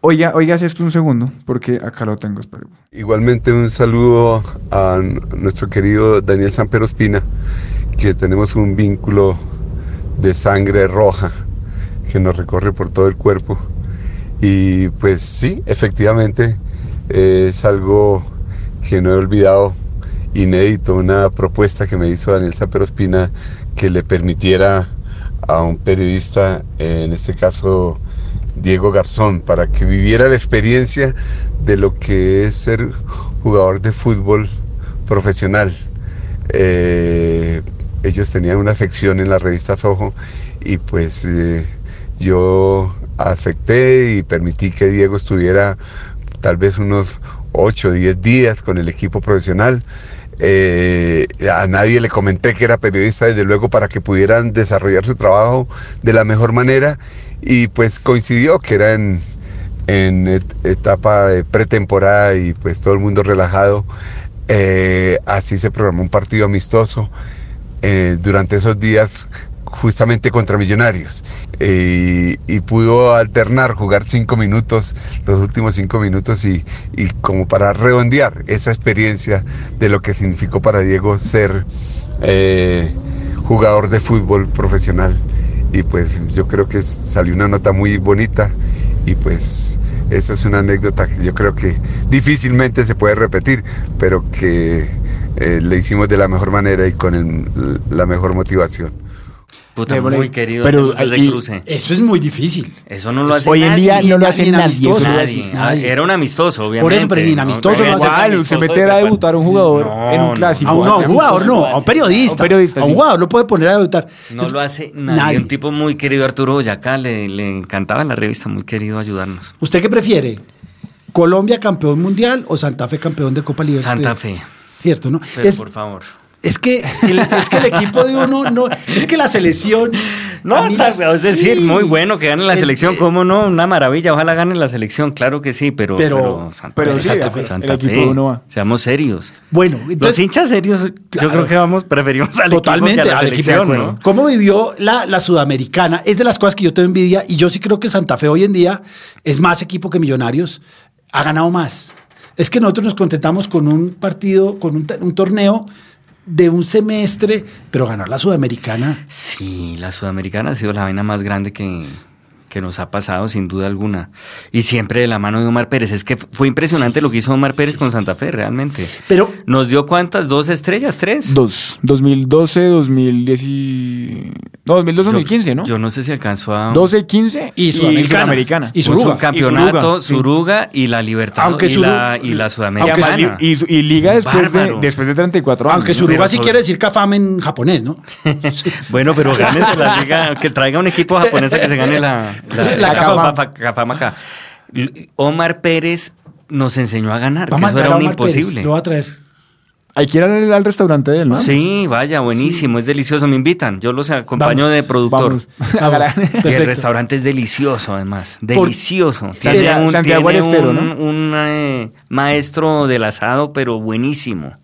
[SPEAKER 4] Oiga, oiga, haz esto un segundo, porque acá lo tengo, espera.
[SPEAKER 7] Igualmente un saludo a n- nuestro querido Daniel Sampero Espina, que tenemos un vínculo de sangre roja que nos recorre por todo el cuerpo. Y pues sí, efectivamente eh, es algo que no he olvidado, inédito, una propuesta que me hizo Daniel Sampero Espina que le permitiera a un periodista, en este caso Diego Garzón, para que viviera la experiencia de lo que es ser jugador de fútbol profesional. Eh, ellos tenían una sección en la revista Soho y pues eh, yo acepté y permití que Diego estuviera tal vez unos 8 o 10 días pues, con el equipo profesional. Eh, a nadie le comenté que era periodista, desde luego, para que pudieran desarrollar su trabajo de la mejor manera. Y pues coincidió que era en, en et- etapa de pretemporada y pues todo el mundo relajado. Eh, así se programó un partido amistoso eh, durante esos días justamente contra Millonarios Eh, y pudo alternar, jugar cinco minutos, los últimos cinco minutos y, y como para redondear esa experiencia de lo que significó para Diego ser eh, jugador de fútbol profesional. Y pues yo creo que salió una nota muy bonita y pues eso es una anécdota que yo creo que difícilmente se puede repetir, pero que eh, le hicimos de la mejor manera y con el- la mejor motivación.
[SPEAKER 6] Puta,
[SPEAKER 4] Eh,
[SPEAKER 6] muy
[SPEAKER 4] bueno,
[SPEAKER 6] querido
[SPEAKER 4] pero
[SPEAKER 6] hacernos ese
[SPEAKER 4] ahí-
[SPEAKER 6] cruce.
[SPEAKER 5] Eso es muy difícil.
[SPEAKER 6] Eso no lo hace
[SPEAKER 4] Hoy en
[SPEAKER 6] nadie.
[SPEAKER 4] día
[SPEAKER 5] Ni
[SPEAKER 4] no lo
[SPEAKER 5] na-
[SPEAKER 4] hace
[SPEAKER 5] ni en
[SPEAKER 4] nadie.
[SPEAKER 5] amistoso,
[SPEAKER 4] eso-
[SPEAKER 5] no lo hace
[SPEAKER 6] Nadie. Ah,
[SPEAKER 5] nadie.
[SPEAKER 6] Era un amistoso, obviamente.
[SPEAKER 5] eso, pero ni en amistoso
[SPEAKER 6] Era
[SPEAKER 5] lo hace
[SPEAKER 6] Eh, igual,
[SPEAKER 4] Igual,
[SPEAKER 5] nadie.
[SPEAKER 6] amistoso
[SPEAKER 4] usted
[SPEAKER 6] de
[SPEAKER 4] meter a
[SPEAKER 6] prepara-
[SPEAKER 4] debutar a un jugador
[SPEAKER 6] No,
[SPEAKER 4] en un
[SPEAKER 6] no,
[SPEAKER 4] clásico.
[SPEAKER 5] A un, no, a un
[SPEAKER 6] antes-
[SPEAKER 5] jugador no, a un
[SPEAKER 4] A
[SPEAKER 5] periodista.
[SPEAKER 4] un periodista,
[SPEAKER 5] A un
[SPEAKER 4] sí.
[SPEAKER 5] jugador lo puede poner a debutar.
[SPEAKER 6] No lo hace nadie.
[SPEAKER 5] Nadie.
[SPEAKER 6] Un tipo muy querido, Arturo Boyacá, le, le encantaba la revista, muy querido ayudarnos.
[SPEAKER 5] ¿Usted qué prefiere? ¿Colombia campeón mundial o Santa Fe campeón de Copa Libertadores?
[SPEAKER 6] Santa Fe.
[SPEAKER 5] Cierto, ¿no?
[SPEAKER 6] Pero
[SPEAKER 5] Es-
[SPEAKER 6] por favor.
[SPEAKER 5] Es que, el, es que el equipo de uno no. Es que la selección.
[SPEAKER 6] No,
[SPEAKER 5] a mí la-
[SPEAKER 6] es decir,
[SPEAKER 5] sí.
[SPEAKER 6] muy bueno que gane la
[SPEAKER 5] Este,
[SPEAKER 6] selección, cómo no, una maravilla, ojalá gane la selección, claro que sí, pero,
[SPEAKER 5] Pero-
[SPEAKER 6] Santa,
[SPEAKER 5] pero sí,
[SPEAKER 6] Santa
[SPEAKER 5] el-
[SPEAKER 6] Fe,
[SPEAKER 5] el
[SPEAKER 6] Santa
[SPEAKER 4] equipo
[SPEAKER 6] Fe,
[SPEAKER 4] de uno va.
[SPEAKER 6] seamos serios.
[SPEAKER 5] Bueno,
[SPEAKER 6] Los
[SPEAKER 5] entonces.
[SPEAKER 6] hinchas serios,
[SPEAKER 5] Claro.
[SPEAKER 6] yo creo que vamos, preferimos al
[SPEAKER 5] Totalmente,
[SPEAKER 6] equipo que a la
[SPEAKER 5] al equipo, de
[SPEAKER 6] selección,
[SPEAKER 5] acuerdo.
[SPEAKER 6] ¿no?
[SPEAKER 5] ¿Cómo vivió la, la sudamericana? Es de las cosas que yo tengo envidia y yo sí creo que Santa Fe hoy en día es más equipo que Millonarios, ha ganado más. Es que nosotros nos contentamos con un partido, con un, t- un torneo de un semestre, pero ganar la sudamericana.
[SPEAKER 6] Sí, la sudamericana ha sido la vaina más grande que, que nos ha pasado, sin duda alguna. Y siempre de la mano de Omar Pérez. Es que f- fue impresionante lo que hizo Omar Pérez con Santa Fe, realmente.
[SPEAKER 5] Pero
[SPEAKER 6] ¿Nos dio cuántas? ¿Dos estrellas? ¿Tres?
[SPEAKER 4] Dos. 2012, 2010 y... No, 2012, 2015, ¿no?
[SPEAKER 6] Yo, yo no sé si alcanzó a...
[SPEAKER 4] 12, 15
[SPEAKER 5] Y Sudamericana.
[SPEAKER 4] Sudamericana.
[SPEAKER 5] Y
[SPEAKER 6] un
[SPEAKER 5] Suruga.
[SPEAKER 6] subcampeonato,
[SPEAKER 4] Y Suruga, sí.
[SPEAKER 6] Suruga y la Libertad
[SPEAKER 5] Aunque
[SPEAKER 6] y, la,
[SPEAKER 5] Suru-
[SPEAKER 6] y la
[SPEAKER 4] Y,
[SPEAKER 6] Sudamericana.
[SPEAKER 4] además, y, y- y liga después de,
[SPEAKER 6] Bárbaro.
[SPEAKER 4] después de 34 años.
[SPEAKER 5] aunque
[SPEAKER 4] ¿no?
[SPEAKER 5] Suruga
[SPEAKER 6] pero
[SPEAKER 5] sí
[SPEAKER 6] sobre-
[SPEAKER 5] quiere decir Cafam en japonés, ¿no?
[SPEAKER 6] [laughs] Bueno, pero ganes la liga, que traiga un equipo japonés a que se gane la,
[SPEAKER 5] La
[SPEAKER 6] Cafama-
[SPEAKER 5] Cafama.
[SPEAKER 6] Cafama acá. L- Omar Pérez nos enseñó a ganar,
[SPEAKER 5] Vamos a
[SPEAKER 6] que eso
[SPEAKER 5] traer
[SPEAKER 6] era
[SPEAKER 5] a
[SPEAKER 6] un
[SPEAKER 5] Omar Pérez,
[SPEAKER 6] imposible.
[SPEAKER 5] lo va a traer.
[SPEAKER 4] Hay que ir al, al restaurante de él, ¿no?
[SPEAKER 6] Sí, vaya, buenísimo, es delicioso, me invitan, yo los acompaño
[SPEAKER 5] Vamos,
[SPEAKER 6] de productor. [laughs]
[SPEAKER 4] Vamos. [laughs]
[SPEAKER 5] Vamos,
[SPEAKER 6] Y el
[SPEAKER 5] perfecto.
[SPEAKER 6] restaurante es delicioso, además. Delicioso.
[SPEAKER 4] Santiago- Santiago
[SPEAKER 6] tiene
[SPEAKER 4] Alestero,
[SPEAKER 6] un-
[SPEAKER 4] ¿no?
[SPEAKER 6] un, eh, maestro del asado, pero buenísimo.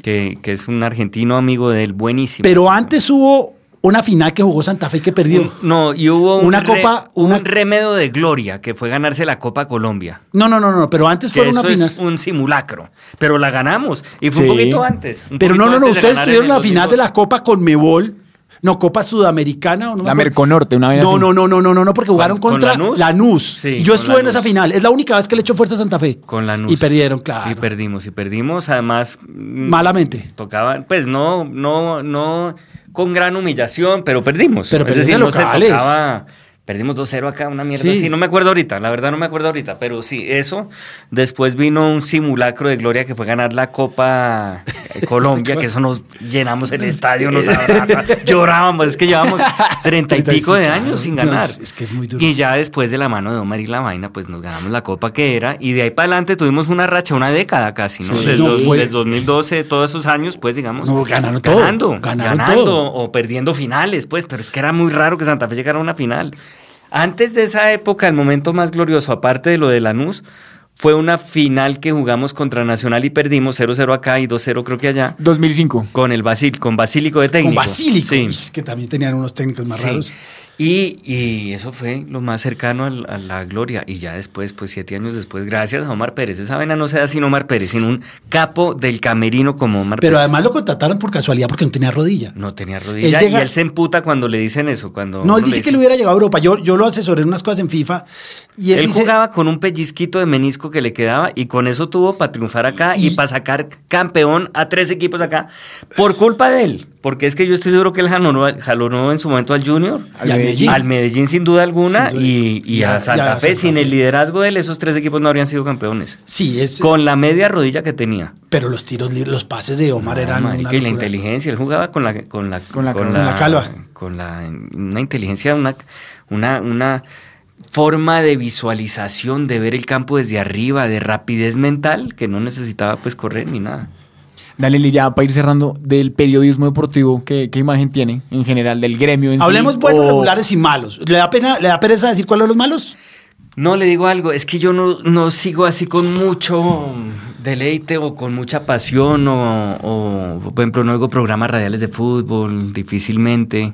[SPEAKER 6] Que, que es un argentino amigo del buenísimo.
[SPEAKER 5] Pero antes hubo una final que jugó Santa Fe que perdió.
[SPEAKER 6] Un- no, y hubo un,
[SPEAKER 5] Una
[SPEAKER 6] re-
[SPEAKER 5] copa,
[SPEAKER 6] un
[SPEAKER 5] una-
[SPEAKER 6] remedio de gloria que fue ganarse la Copa Colombia.
[SPEAKER 5] No, no, no, no, pero antes
[SPEAKER 6] Que
[SPEAKER 5] fue una
[SPEAKER 6] eso
[SPEAKER 5] final.
[SPEAKER 6] es un simulacro. Pero la ganamos. Y fue un
[SPEAKER 4] Sí.
[SPEAKER 6] poquito antes. un
[SPEAKER 5] Pero
[SPEAKER 6] poquito
[SPEAKER 5] no, no, no,
[SPEAKER 6] antes de
[SPEAKER 5] ustedes
[SPEAKER 6] ganar
[SPEAKER 5] tuvieron
[SPEAKER 6] en el
[SPEAKER 5] la final de
[SPEAKER 6] 2012.
[SPEAKER 5] la Copa Conmebol, no, Copa Sudamericana o no. me
[SPEAKER 4] La
[SPEAKER 5] acuerdo.
[SPEAKER 4] Merconorte, una vez
[SPEAKER 5] No, no, no, no, no, no, no, porque jugaron
[SPEAKER 6] con
[SPEAKER 5] contra
[SPEAKER 6] Lanús?
[SPEAKER 5] Lanús.
[SPEAKER 6] Sí,
[SPEAKER 5] Y yo
[SPEAKER 6] con
[SPEAKER 5] estuve en
[SPEAKER 6] Lanús.
[SPEAKER 5] esa final. Es la única vez que le echo fuerza a Santa Fe.
[SPEAKER 6] Con la
[SPEAKER 5] Y perdieron, claro.
[SPEAKER 6] Y perdimos, y perdimos. Además. mm,
[SPEAKER 5] Malamente.
[SPEAKER 6] Tocaban, pues no, no, no con gran humillación, pero perdimos.
[SPEAKER 5] Pero
[SPEAKER 6] es
[SPEAKER 5] perdieron
[SPEAKER 6] decir,
[SPEAKER 5] de
[SPEAKER 6] no se
[SPEAKER 5] locales.
[SPEAKER 6] tocaba. Perdimos 2-0 acá, una mierda
[SPEAKER 5] Sí.
[SPEAKER 6] así. No me acuerdo ahorita, la verdad no me acuerdo ahorita, pero sí, eso. Después vino un simulacro de gloria que fue ganar la Copa
[SPEAKER 5] [laughs]
[SPEAKER 6] eh, Colombia, que eso nos llenamos el estadio, nos abrazaba, llorábamos, es que llevábamos treinta y pico de
[SPEAKER 5] 35,
[SPEAKER 6] años sin
[SPEAKER 5] Dios,
[SPEAKER 6] ganar.
[SPEAKER 5] es que es muy duro.
[SPEAKER 6] Y ya después de la mano de Omar y la vaina, pues nos ganamos la Copa que era, y de ahí para adelante tuvimos una racha, una década casi, ¿no?
[SPEAKER 5] Sí,
[SPEAKER 6] desde,
[SPEAKER 5] no,
[SPEAKER 6] los-
[SPEAKER 5] fue-
[SPEAKER 6] desde 2012, todos esos años, pues digamos.
[SPEAKER 5] No, ganaron todo,
[SPEAKER 6] Ganando,
[SPEAKER 5] ganaron
[SPEAKER 6] ganando
[SPEAKER 5] todo.
[SPEAKER 6] o perdiendo finales, pues, pero es que era muy raro que Santa Fe llegara a una final. Antes de esa época, el momento más glorioso, aparte de lo de Lanús, fue una final que jugamos contra Nacional y perdimos 0-0 acá y 2-0 creo que allá,
[SPEAKER 4] 2005.
[SPEAKER 6] con el Basil, con Basílico de técnico.
[SPEAKER 5] Con Basílico,
[SPEAKER 6] Sí.
[SPEAKER 5] es que también tenían unos técnicos más
[SPEAKER 6] Sí.
[SPEAKER 5] raros.
[SPEAKER 6] Y, y eso fue lo más cercano al- a la gloria. Y ya después, pues siete años después, gracias a Omar Pérez. Esa vena no se da sin Omar Pérez, sin un capo del camerino como Omar
[SPEAKER 5] Pero
[SPEAKER 6] Pérez.
[SPEAKER 5] además lo contrataron por casualidad porque no tenía rodilla.
[SPEAKER 6] pues No tenía rodilla
[SPEAKER 5] Él llega-
[SPEAKER 6] y él se emputa cuando le dicen eso. Cuando
[SPEAKER 5] No,
[SPEAKER 6] uno
[SPEAKER 5] él dice que
[SPEAKER 6] dice-
[SPEAKER 5] le hubiera llegado a Europa. Yo, yo lo asesoré en unas cosas en FIFA y él,
[SPEAKER 6] Él
[SPEAKER 5] dice,
[SPEAKER 6] jugaba con un pellizquito de menisco que le quedaba y con eso tuvo para triunfar acá y,
[SPEAKER 5] Y-
[SPEAKER 6] para sacar campeón a tres equipos acá por culpa de él. Porque es que yo estoy seguro que él jalonó, jalonó en su momento al Junior,
[SPEAKER 5] Y a Medellín.
[SPEAKER 6] al Medellín sin duda alguna
[SPEAKER 5] Sin duda.
[SPEAKER 6] y, y
[SPEAKER 5] Y
[SPEAKER 6] a
[SPEAKER 5] a-
[SPEAKER 6] Santa
[SPEAKER 5] y a
[SPEAKER 6] Fe.
[SPEAKER 5] Santa
[SPEAKER 6] Sin
[SPEAKER 5] Fe.
[SPEAKER 6] el liderazgo de él, esos tres equipos no habrían sido campeones.
[SPEAKER 5] sí, es,
[SPEAKER 6] Con la media rodilla que tenía.
[SPEAKER 5] pero los tiros, libres, los pases de Omar
[SPEAKER 6] No,
[SPEAKER 5] eran
[SPEAKER 6] marica,
[SPEAKER 5] una
[SPEAKER 6] y la
[SPEAKER 5] locura.
[SPEAKER 6] inteligencia, él jugaba con la con la
[SPEAKER 4] Con la calva.
[SPEAKER 5] Con la calva.
[SPEAKER 6] con la- una inteligencia, una una una forma de visualización, de ver el campo desde arriba, de rapidez mental que no necesitaba pues correr ni nada.
[SPEAKER 4] Dale, Lili, ya para ir cerrando, del periodismo deportivo, ¿qué, qué imagen tiene en general del gremio? en sí?
[SPEAKER 5] Hablemos buenos,
[SPEAKER 4] O-
[SPEAKER 5] regulares y malos. ¿Le da pena, le da pereza decir cuáles son los malos?
[SPEAKER 6] No le digo algo, es que yo no, no sigo así con mucho deleite o con mucha pasión o, o, por ejemplo no oigo programas radiales de fútbol difícilmente.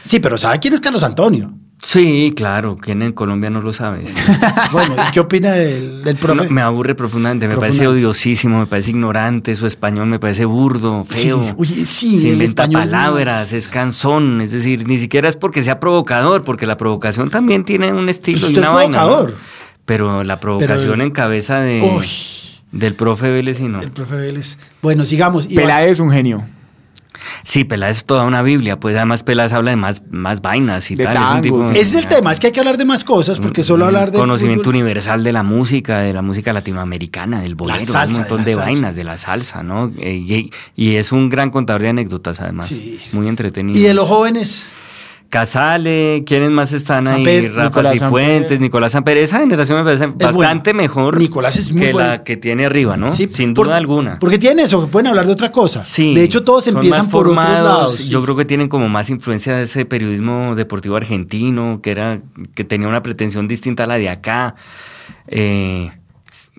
[SPEAKER 5] Sí, pero ¿sabe quién es Carlos
[SPEAKER 6] [laughs]
[SPEAKER 5] Antonio?
[SPEAKER 6] Sí, claro, ¿quién en Colombia no lo sabes?
[SPEAKER 5] [laughs] Bueno, ¿y qué opina del, del profe?
[SPEAKER 6] No, me aburre profundamente, me parece
[SPEAKER 5] Profundamente.
[SPEAKER 6] odiosísimo, me parece ignorante, su español me parece burdo,
[SPEAKER 5] Sí,
[SPEAKER 6] feo.
[SPEAKER 5] oye, sí,
[SPEAKER 6] Se
[SPEAKER 5] el
[SPEAKER 6] inventa
[SPEAKER 5] español no
[SPEAKER 6] palabras, es canzón, es decir, ni siquiera es porque sea provocador, porque la provocación también tiene un estilo
[SPEAKER 5] Pues
[SPEAKER 6] y
[SPEAKER 5] usted
[SPEAKER 6] una
[SPEAKER 5] es
[SPEAKER 6] vaina. ¿no?
[SPEAKER 5] provocador.
[SPEAKER 6] Pero la provocación
[SPEAKER 5] Pero-
[SPEAKER 6] en cabeza de,
[SPEAKER 5] Uy.
[SPEAKER 6] del profe Vélez y no.
[SPEAKER 5] El profe Vélez. Bueno, sigamos. Y
[SPEAKER 4] Peláez es un genio.
[SPEAKER 6] Sí, Peláez es toda una Biblia, pues además Peláez habla de más, más vainas y
[SPEAKER 4] De
[SPEAKER 6] tal. es un
[SPEAKER 4] tangos,
[SPEAKER 6] tipo-
[SPEAKER 5] Ese es el tema, es que hay que hablar de más cosas porque solo hablar de
[SPEAKER 6] Mm, conocimiento
[SPEAKER 5] fútbol-
[SPEAKER 6] universal de la música, de la música latinoamericana, del bolero,
[SPEAKER 5] salsa,
[SPEAKER 6] un montón
[SPEAKER 5] de
[SPEAKER 6] de,
[SPEAKER 5] la salsa.
[SPEAKER 6] vainas, de la salsa, ¿no? Eh, y, y es un gran contador de anécdotas, además.
[SPEAKER 5] Sí.
[SPEAKER 6] Muy entretenido.
[SPEAKER 5] Y de los jóvenes.
[SPEAKER 6] Casale, ¿quiénes más están ahí?
[SPEAKER 5] Samper,
[SPEAKER 6] Rafa
[SPEAKER 4] Nicolás
[SPEAKER 6] Cifuentes,
[SPEAKER 4] Samper.
[SPEAKER 6] Nicolás Samper. Esa generación me parece bastante
[SPEAKER 5] buena.
[SPEAKER 6] mejor
[SPEAKER 5] Nicolás es muy
[SPEAKER 6] que
[SPEAKER 5] buena.
[SPEAKER 6] la que tiene arriba, ¿no?
[SPEAKER 5] Sí,
[SPEAKER 6] Sin
[SPEAKER 5] por-
[SPEAKER 6] duda alguna.
[SPEAKER 5] Porque tienen eso, que pueden hablar de otra cosa.
[SPEAKER 6] Sí,
[SPEAKER 5] de hecho, todos
[SPEAKER 6] son
[SPEAKER 5] empiezan
[SPEAKER 6] más
[SPEAKER 5] por otros
[SPEAKER 6] formados,
[SPEAKER 5] lados. sí.
[SPEAKER 6] Yo creo que tienen como más influencia de ese periodismo deportivo argentino, que era, que tenía una pretensión distinta a la de acá. Eh,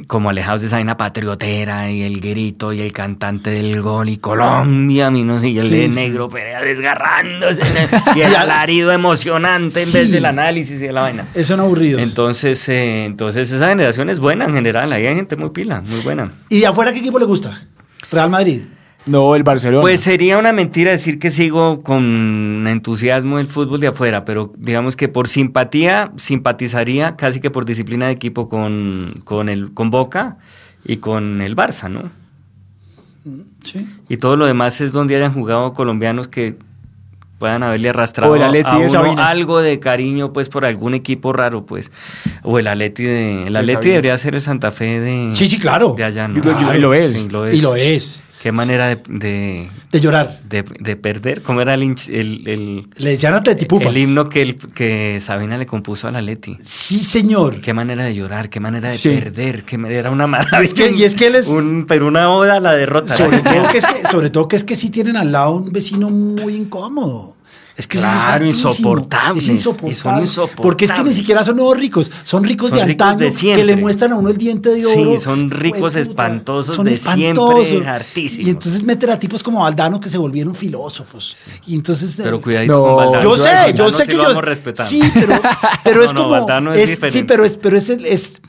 [SPEAKER 6] como alejados de esa vaina patriotera y el grito y el cantante del gol y Colombia, mi no sé, y el
[SPEAKER 5] Sí.
[SPEAKER 6] de negro Perea desgarrándose
[SPEAKER 5] [laughs]
[SPEAKER 6] y el
[SPEAKER 5] Ya.
[SPEAKER 6] alarido emocionante en
[SPEAKER 5] Sí.
[SPEAKER 6] vez del análisis y de la vaina.
[SPEAKER 5] Eh, Son aburridos.
[SPEAKER 6] Entonces, eh, entonces esa generación es buena en general, ahí hay gente muy pila, muy buena.
[SPEAKER 5] ¿Y de afuera qué equipo le gusta? Real Madrid.
[SPEAKER 4] No, el Barcelona.
[SPEAKER 6] Pues sería una mentira decir que sigo con entusiasmo el fútbol de afuera, pero digamos que por simpatía simpatizaría casi que por disciplina de equipo con, con el con Boca y con el Barça, ¿no?
[SPEAKER 5] Sí.
[SPEAKER 6] Y todo lo demás es donde hayan jugado colombianos que puedan haberle arrastrado
[SPEAKER 4] O el Atleti
[SPEAKER 6] a
[SPEAKER 4] de
[SPEAKER 6] uno
[SPEAKER 4] Sabina.
[SPEAKER 6] algo de cariño pues por algún equipo raro, pues. O el Atleti de el Atleti
[SPEAKER 4] Sabina. Ah,
[SPEAKER 6] debería ser el Santa Fe de
[SPEAKER 5] Sí, sí, claro.
[SPEAKER 6] de allá, ¿no?
[SPEAKER 4] Y lo-
[SPEAKER 5] y lo
[SPEAKER 4] es.
[SPEAKER 6] Sí,
[SPEAKER 5] Y lo es.
[SPEAKER 6] Qué manera de- de
[SPEAKER 5] De llorar.
[SPEAKER 6] de, de perder. ¿Cómo era el, hinch- el, el,
[SPEAKER 5] Le decían Atletipupas.
[SPEAKER 6] el himno que, el- que Sabina le compuso a la Leti?
[SPEAKER 5] Sí, señor.
[SPEAKER 6] Qué manera de llorar, qué manera de
[SPEAKER 4] Sí.
[SPEAKER 6] perder, que era una maravilla.
[SPEAKER 5] Y es que- y es que él es-
[SPEAKER 6] un- pero una oda a la derrota.
[SPEAKER 5] Sobre todo, que es que, sobre todo que es que sí tienen al lado un vecino muy incómodo. Es que sí, es
[SPEAKER 6] Claro,
[SPEAKER 5] hartísimo.
[SPEAKER 6] insoportables,
[SPEAKER 5] Es
[SPEAKER 6] y son
[SPEAKER 5] insoportable.
[SPEAKER 6] insoportables.
[SPEAKER 5] Porque es que ni siquiera son nuevos ricos. Son ricos
[SPEAKER 6] Son
[SPEAKER 5] de
[SPEAKER 6] ricos
[SPEAKER 5] antaño
[SPEAKER 6] de siempre.
[SPEAKER 5] que le muestran a uno el diente de
[SPEAKER 6] Sí,
[SPEAKER 5] oro.
[SPEAKER 6] son ricos
[SPEAKER 5] Jueputa,
[SPEAKER 6] espantosos de siempre, hartísimos.
[SPEAKER 5] Y entonces meter a tipos como Aldano que se volvieron filósofos. Y entonces. eh,
[SPEAKER 6] Pero cuidadito
[SPEAKER 4] No.
[SPEAKER 6] con Valdano.
[SPEAKER 5] yo
[SPEAKER 6] a
[SPEAKER 5] sé,
[SPEAKER 6] Valdano
[SPEAKER 5] yo sé
[SPEAKER 6] sí
[SPEAKER 5] que
[SPEAKER 6] lo
[SPEAKER 5] yo.
[SPEAKER 6] amo respetando.
[SPEAKER 5] Sí,
[SPEAKER 6] [laughs]
[SPEAKER 5] pero, pero es
[SPEAKER 6] No, no,
[SPEAKER 5] como.
[SPEAKER 6] Valdano es
[SPEAKER 5] es- sí,
[SPEAKER 6] diferente.
[SPEAKER 5] pero es, pero es el, es,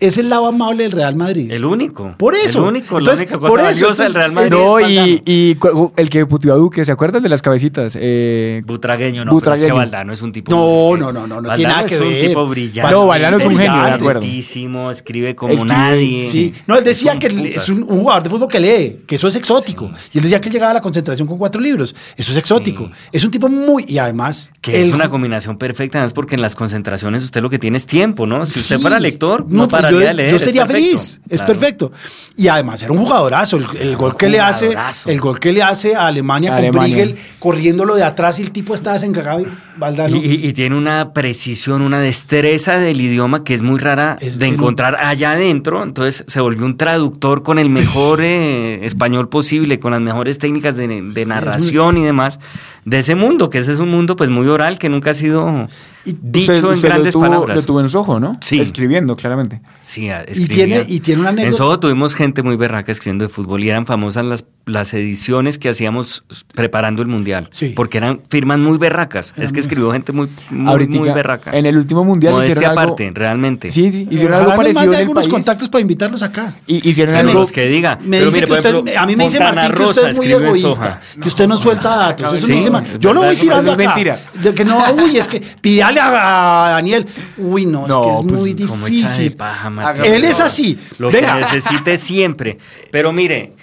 [SPEAKER 5] es el lado amable del Real Madrid.
[SPEAKER 6] El único.
[SPEAKER 5] Por eso.
[SPEAKER 6] El único,
[SPEAKER 5] Entonces,
[SPEAKER 6] la única cosa
[SPEAKER 5] por eso,
[SPEAKER 6] valiosa del
[SPEAKER 5] entonces,
[SPEAKER 6] Real Madrid.
[SPEAKER 4] no,
[SPEAKER 6] es Valdano.
[SPEAKER 4] y, y cu- uh, el que putió a Duque, ¿se acuerdan de las cabecitas? Eh,
[SPEAKER 6] Butragueño, no, pero es que
[SPEAKER 4] Butragueño.
[SPEAKER 6] Valdano es un tipo.
[SPEAKER 5] No, no, no, no, no tiene
[SPEAKER 6] Valdano
[SPEAKER 5] nada que
[SPEAKER 6] Es
[SPEAKER 5] ver.
[SPEAKER 6] un tipo brillante.
[SPEAKER 4] No, Valdano es un genio, de
[SPEAKER 6] brillante,
[SPEAKER 4] acuerdo.
[SPEAKER 6] brillantísimo, escribe como
[SPEAKER 4] Escribe,
[SPEAKER 6] nadie.
[SPEAKER 5] Sí. No, él decía
[SPEAKER 6] un
[SPEAKER 5] que él
[SPEAKER 6] putas.
[SPEAKER 5] es un, un jugador de fútbol que lee, que eso es exótico. Y él decía que él llegaba a la concentración con cuatro libros. Eso es exótico. Es un tipo muy. Y además.
[SPEAKER 6] Mm. Que
[SPEAKER 5] él-
[SPEAKER 6] es una combinación perfecta, además, porque en las concentraciones usted lo que tiene es tiempo, ¿no? Si usted
[SPEAKER 5] Sí.
[SPEAKER 6] fuera lector, no,
[SPEAKER 5] No, pues
[SPEAKER 6] pararía
[SPEAKER 5] yo,
[SPEAKER 6] de leer.
[SPEAKER 5] yo
[SPEAKER 6] es
[SPEAKER 5] sería
[SPEAKER 6] perfecto.
[SPEAKER 5] feliz. Es
[SPEAKER 6] Claro.
[SPEAKER 5] perfecto. Y además era un jugadorazo. El, el gol que le hace,
[SPEAKER 6] jugadorazo.
[SPEAKER 5] el gol que le hace a Alemania con
[SPEAKER 4] Alemania.
[SPEAKER 5] Briegel, corriéndolo de atrás y el tipo estaba desencagado y Valdano.
[SPEAKER 6] Y, y- y tiene una precisión, una destreza del idioma que es muy rara
[SPEAKER 5] Es
[SPEAKER 6] de
[SPEAKER 5] en-
[SPEAKER 6] encontrar allá adentro. Entonces se volvió un traductor con el mejor eh, español posible, con las mejores técnicas de, de narración y demás de ese mundo, que ese es un mundo pues muy oral que nunca ha sido dicho
[SPEAKER 4] usted-
[SPEAKER 6] en
[SPEAKER 4] usted
[SPEAKER 6] grandes
[SPEAKER 4] lo tuvo,
[SPEAKER 6] palabras.
[SPEAKER 4] Lo tuvo en su ojo, ¿no?
[SPEAKER 6] Sí.
[SPEAKER 4] Escribiendo, claramente.
[SPEAKER 6] Sí, a-
[SPEAKER 5] Y
[SPEAKER 6] escribía.
[SPEAKER 5] tiene- y tiene una
[SPEAKER 6] En
[SPEAKER 5] anécdota-
[SPEAKER 6] Soho tuvimos gente muy berraca escribiendo de fútbol y eran famosas las, las ediciones que hacíamos preparando el mundial.
[SPEAKER 5] Sí.
[SPEAKER 6] Porque eran firmas muy berracas. es que escribió gente muy, muy,
[SPEAKER 4] Ahorita,
[SPEAKER 6] muy berraca.
[SPEAKER 4] en el último mundial
[SPEAKER 6] Modestia
[SPEAKER 4] hicieron algo-
[SPEAKER 6] aparte, realmente.
[SPEAKER 4] Sí, sí, hicieron
[SPEAKER 5] Ojalá
[SPEAKER 4] algo
[SPEAKER 5] nos
[SPEAKER 4] parecido en
[SPEAKER 5] mande
[SPEAKER 4] el
[SPEAKER 5] algunos
[SPEAKER 4] país.
[SPEAKER 5] contactos para invitarlos acá.
[SPEAKER 4] Y hicieron
[SPEAKER 6] Que
[SPEAKER 4] algo...
[SPEAKER 6] los que diga.
[SPEAKER 5] Me
[SPEAKER 6] Pero
[SPEAKER 5] dice
[SPEAKER 6] mire,
[SPEAKER 5] que
[SPEAKER 6] por
[SPEAKER 5] usted,
[SPEAKER 6] ejemplo,
[SPEAKER 5] a mí me dice
[SPEAKER 6] Fontana
[SPEAKER 5] Martín que
[SPEAKER 6] Rosa
[SPEAKER 5] usted es muy
[SPEAKER 6] escribe en
[SPEAKER 5] egoísta,
[SPEAKER 6] Soja.
[SPEAKER 5] que usted no suelta datos. Eso
[SPEAKER 6] Sí,
[SPEAKER 5] me dice
[SPEAKER 6] no,
[SPEAKER 5] Martín.
[SPEAKER 6] es
[SPEAKER 5] Yo lo
[SPEAKER 6] verdad,
[SPEAKER 5] voy
[SPEAKER 6] eso es
[SPEAKER 5] tirando acá.
[SPEAKER 4] mentira.
[SPEAKER 5] De que no, uy, es que pídale a, a Daniel. Uy, no, es
[SPEAKER 4] No,
[SPEAKER 5] que es
[SPEAKER 4] pues,
[SPEAKER 5] muy
[SPEAKER 6] Como hecha de
[SPEAKER 5] difícil.
[SPEAKER 6] paja, Mateo.
[SPEAKER 5] Él es así.
[SPEAKER 6] Lo
[SPEAKER 5] Venga.
[SPEAKER 6] que necesite siempre. Pero mire,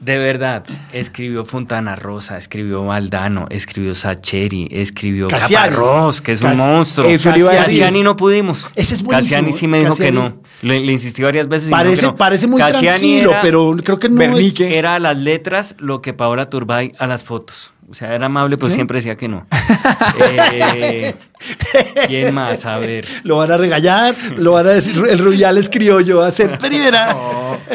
[SPEAKER 6] de
[SPEAKER 5] [clears throat]
[SPEAKER 6] verdad, escribió Fontana Rosa, escribió Valdano, escribió Sacheri, escribió
[SPEAKER 5] Cassiani.
[SPEAKER 6] Caparrós, que es un
[SPEAKER 5] Cas-
[SPEAKER 6] monstruo.
[SPEAKER 4] Eso le iba a
[SPEAKER 6] Cassiani.
[SPEAKER 4] decir.
[SPEAKER 6] Cassiani no pudimos.
[SPEAKER 5] Ese es buenísimo,
[SPEAKER 6] Cassiani sí me dijo
[SPEAKER 5] Cassiani.
[SPEAKER 6] que no. Le, le insistí varias veces. y me dijo
[SPEAKER 5] Parece,
[SPEAKER 6] que no.
[SPEAKER 5] parece muy
[SPEAKER 6] Cassiani
[SPEAKER 5] tranquilo,
[SPEAKER 6] era-
[SPEAKER 5] pero creo que no [laughs]
[SPEAKER 4] Bernique.
[SPEAKER 5] es.
[SPEAKER 4] ¿Qué?
[SPEAKER 6] Era a las letras lo que Paola Turbay a las fotos. O sea, era amable, pero siempre decía que no. [laughs] Eh, ¿Quién más? A ver.
[SPEAKER 5] Lo van a regañar, lo van a decir, el rubial es criollo, va a
[SPEAKER 6] [laughs]
[SPEAKER 5] ser primera.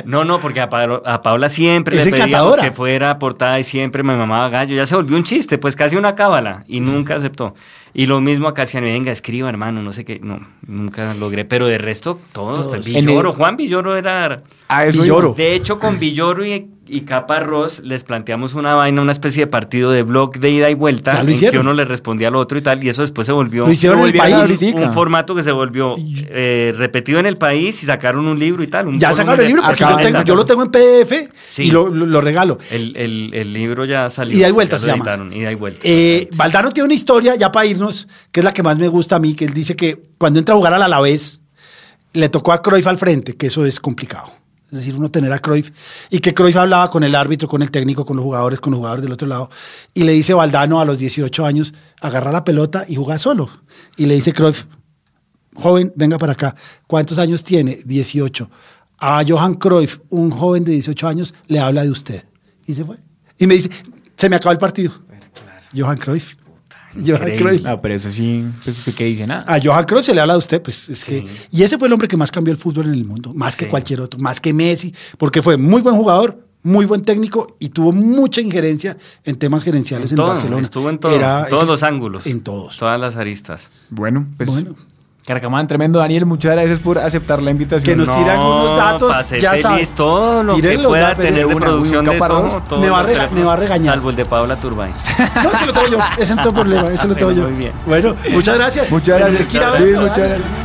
[SPEAKER 6] No, no, porque a, Pablo- a Paola siempre
[SPEAKER 5] Es
[SPEAKER 6] le pedíamos
[SPEAKER 5] encantadora.
[SPEAKER 6] que fuera portada y siempre me mamaba gallo. Ya se volvió un chiste, pues casi una cábala y nunca aceptó. Y lo mismo a Casiano, venga, escriba, hermano, no sé qué. No, nunca logré. Pero de resto, todos. pues,
[SPEAKER 4] En
[SPEAKER 6] Villoro,
[SPEAKER 4] el-
[SPEAKER 6] Juan Villoro era...
[SPEAKER 4] Ah, eso
[SPEAKER 5] Y
[SPEAKER 4] iba.
[SPEAKER 5] lloro.
[SPEAKER 6] De hecho, con Villoro y, y Caparrós les planteamos una vaina, una especie de partido de blog de ida y vuelta,
[SPEAKER 5] Ya lo
[SPEAKER 6] en que
[SPEAKER 5] hicieron.
[SPEAKER 6] uno le respondía al otro y tal, y eso después se volvió
[SPEAKER 5] Lo hicieron en el
[SPEAKER 4] volvieron a
[SPEAKER 5] país.
[SPEAKER 4] abrir.
[SPEAKER 6] un formato que se volvió eh, repetido en el país y sacaron un libro y tal. un
[SPEAKER 5] Ya
[SPEAKER 6] volumen
[SPEAKER 5] sacaron el
[SPEAKER 6] de-
[SPEAKER 5] libro porque yo,
[SPEAKER 6] Acaban-
[SPEAKER 5] tengo- yo lo tengo en PDF
[SPEAKER 6] Sí.
[SPEAKER 5] y lo, lo- lo regalo.
[SPEAKER 6] El, el- el libro ya salió.
[SPEAKER 5] Ida y
[SPEAKER 6] ya
[SPEAKER 5] vuelta
[SPEAKER 6] lo
[SPEAKER 5] se llama.
[SPEAKER 6] editaron, Ida y vuelta.
[SPEAKER 5] Eh, Valdano tiene una historia, ya para irnos, que es la que más me gusta a mí, que él dice que cuando entra a jugar al Alavés, le tocó a Cruyff al frente, que eso es complicado. Es decir, uno tener a Cruyff y que Cruyff hablaba con el árbitro, con el técnico, con los jugadores, con los jugadores del otro lado. Y le dice Valdano a los 18 años, agarra la pelota y juega solo. Y le dice Cruyff, joven, venga para acá. ¿Cuántos años tiene? 18. A Johan Cruyff, un joven de 18 años, le habla de usted. Y se fue. Y me dice, se me acabó el partido. Johan Cruyff. [laughs] Johan Cruyff.
[SPEAKER 4] No, pero eso sí, pues usted qué dice nada.
[SPEAKER 5] A Johan Cruyff se le habla de usted, pues es que. Y ese fue el hombre que más cambió el fútbol en el mundo, más que
[SPEAKER 6] Sí.
[SPEAKER 5] cualquier otro, más que Messi, porque fue muy buen jugador, muy buen técnico y tuvo mucha injerencia en temas gerenciales en,
[SPEAKER 6] todo,
[SPEAKER 5] Barcelona.
[SPEAKER 6] Estuvo en todo,
[SPEAKER 5] Era-
[SPEAKER 6] en todos
[SPEAKER 5] ese-
[SPEAKER 6] los ángulos.
[SPEAKER 5] En todos.
[SPEAKER 6] Todas las aristas.
[SPEAKER 4] Bueno, pues.
[SPEAKER 5] Bueno.
[SPEAKER 4] Carcamán, tremendo. Daniel, muchas gracias por aceptar la invitación.
[SPEAKER 5] Que nos
[SPEAKER 6] No,
[SPEAKER 5] tire algunos datos,
[SPEAKER 6] pase
[SPEAKER 5] ya
[SPEAKER 6] feliz,
[SPEAKER 5] sabe.
[SPEAKER 6] todo lo
[SPEAKER 5] Tiren
[SPEAKER 6] que
[SPEAKER 5] los
[SPEAKER 6] pueda
[SPEAKER 5] datos,
[SPEAKER 6] tener
[SPEAKER 5] de
[SPEAKER 6] de
[SPEAKER 5] una,
[SPEAKER 6] producción
[SPEAKER 5] Wilca
[SPEAKER 6] de
[SPEAKER 5] Parrón.
[SPEAKER 6] Soho, todos
[SPEAKER 5] Me va a
[SPEAKER 6] los
[SPEAKER 5] rega-
[SPEAKER 6] teléfonos,
[SPEAKER 5] me va a regañar.
[SPEAKER 6] Salvo el de Paola Turbay.
[SPEAKER 5] No, ese lo tengo yo. Ese no tengo problema. Ese lo tengo yo.
[SPEAKER 6] Muy bien.
[SPEAKER 5] Bueno, muchas gracias.
[SPEAKER 4] Muchas gracias.
[SPEAKER 5] Enrique Iraola.
[SPEAKER 4] Sí, muchas gracias.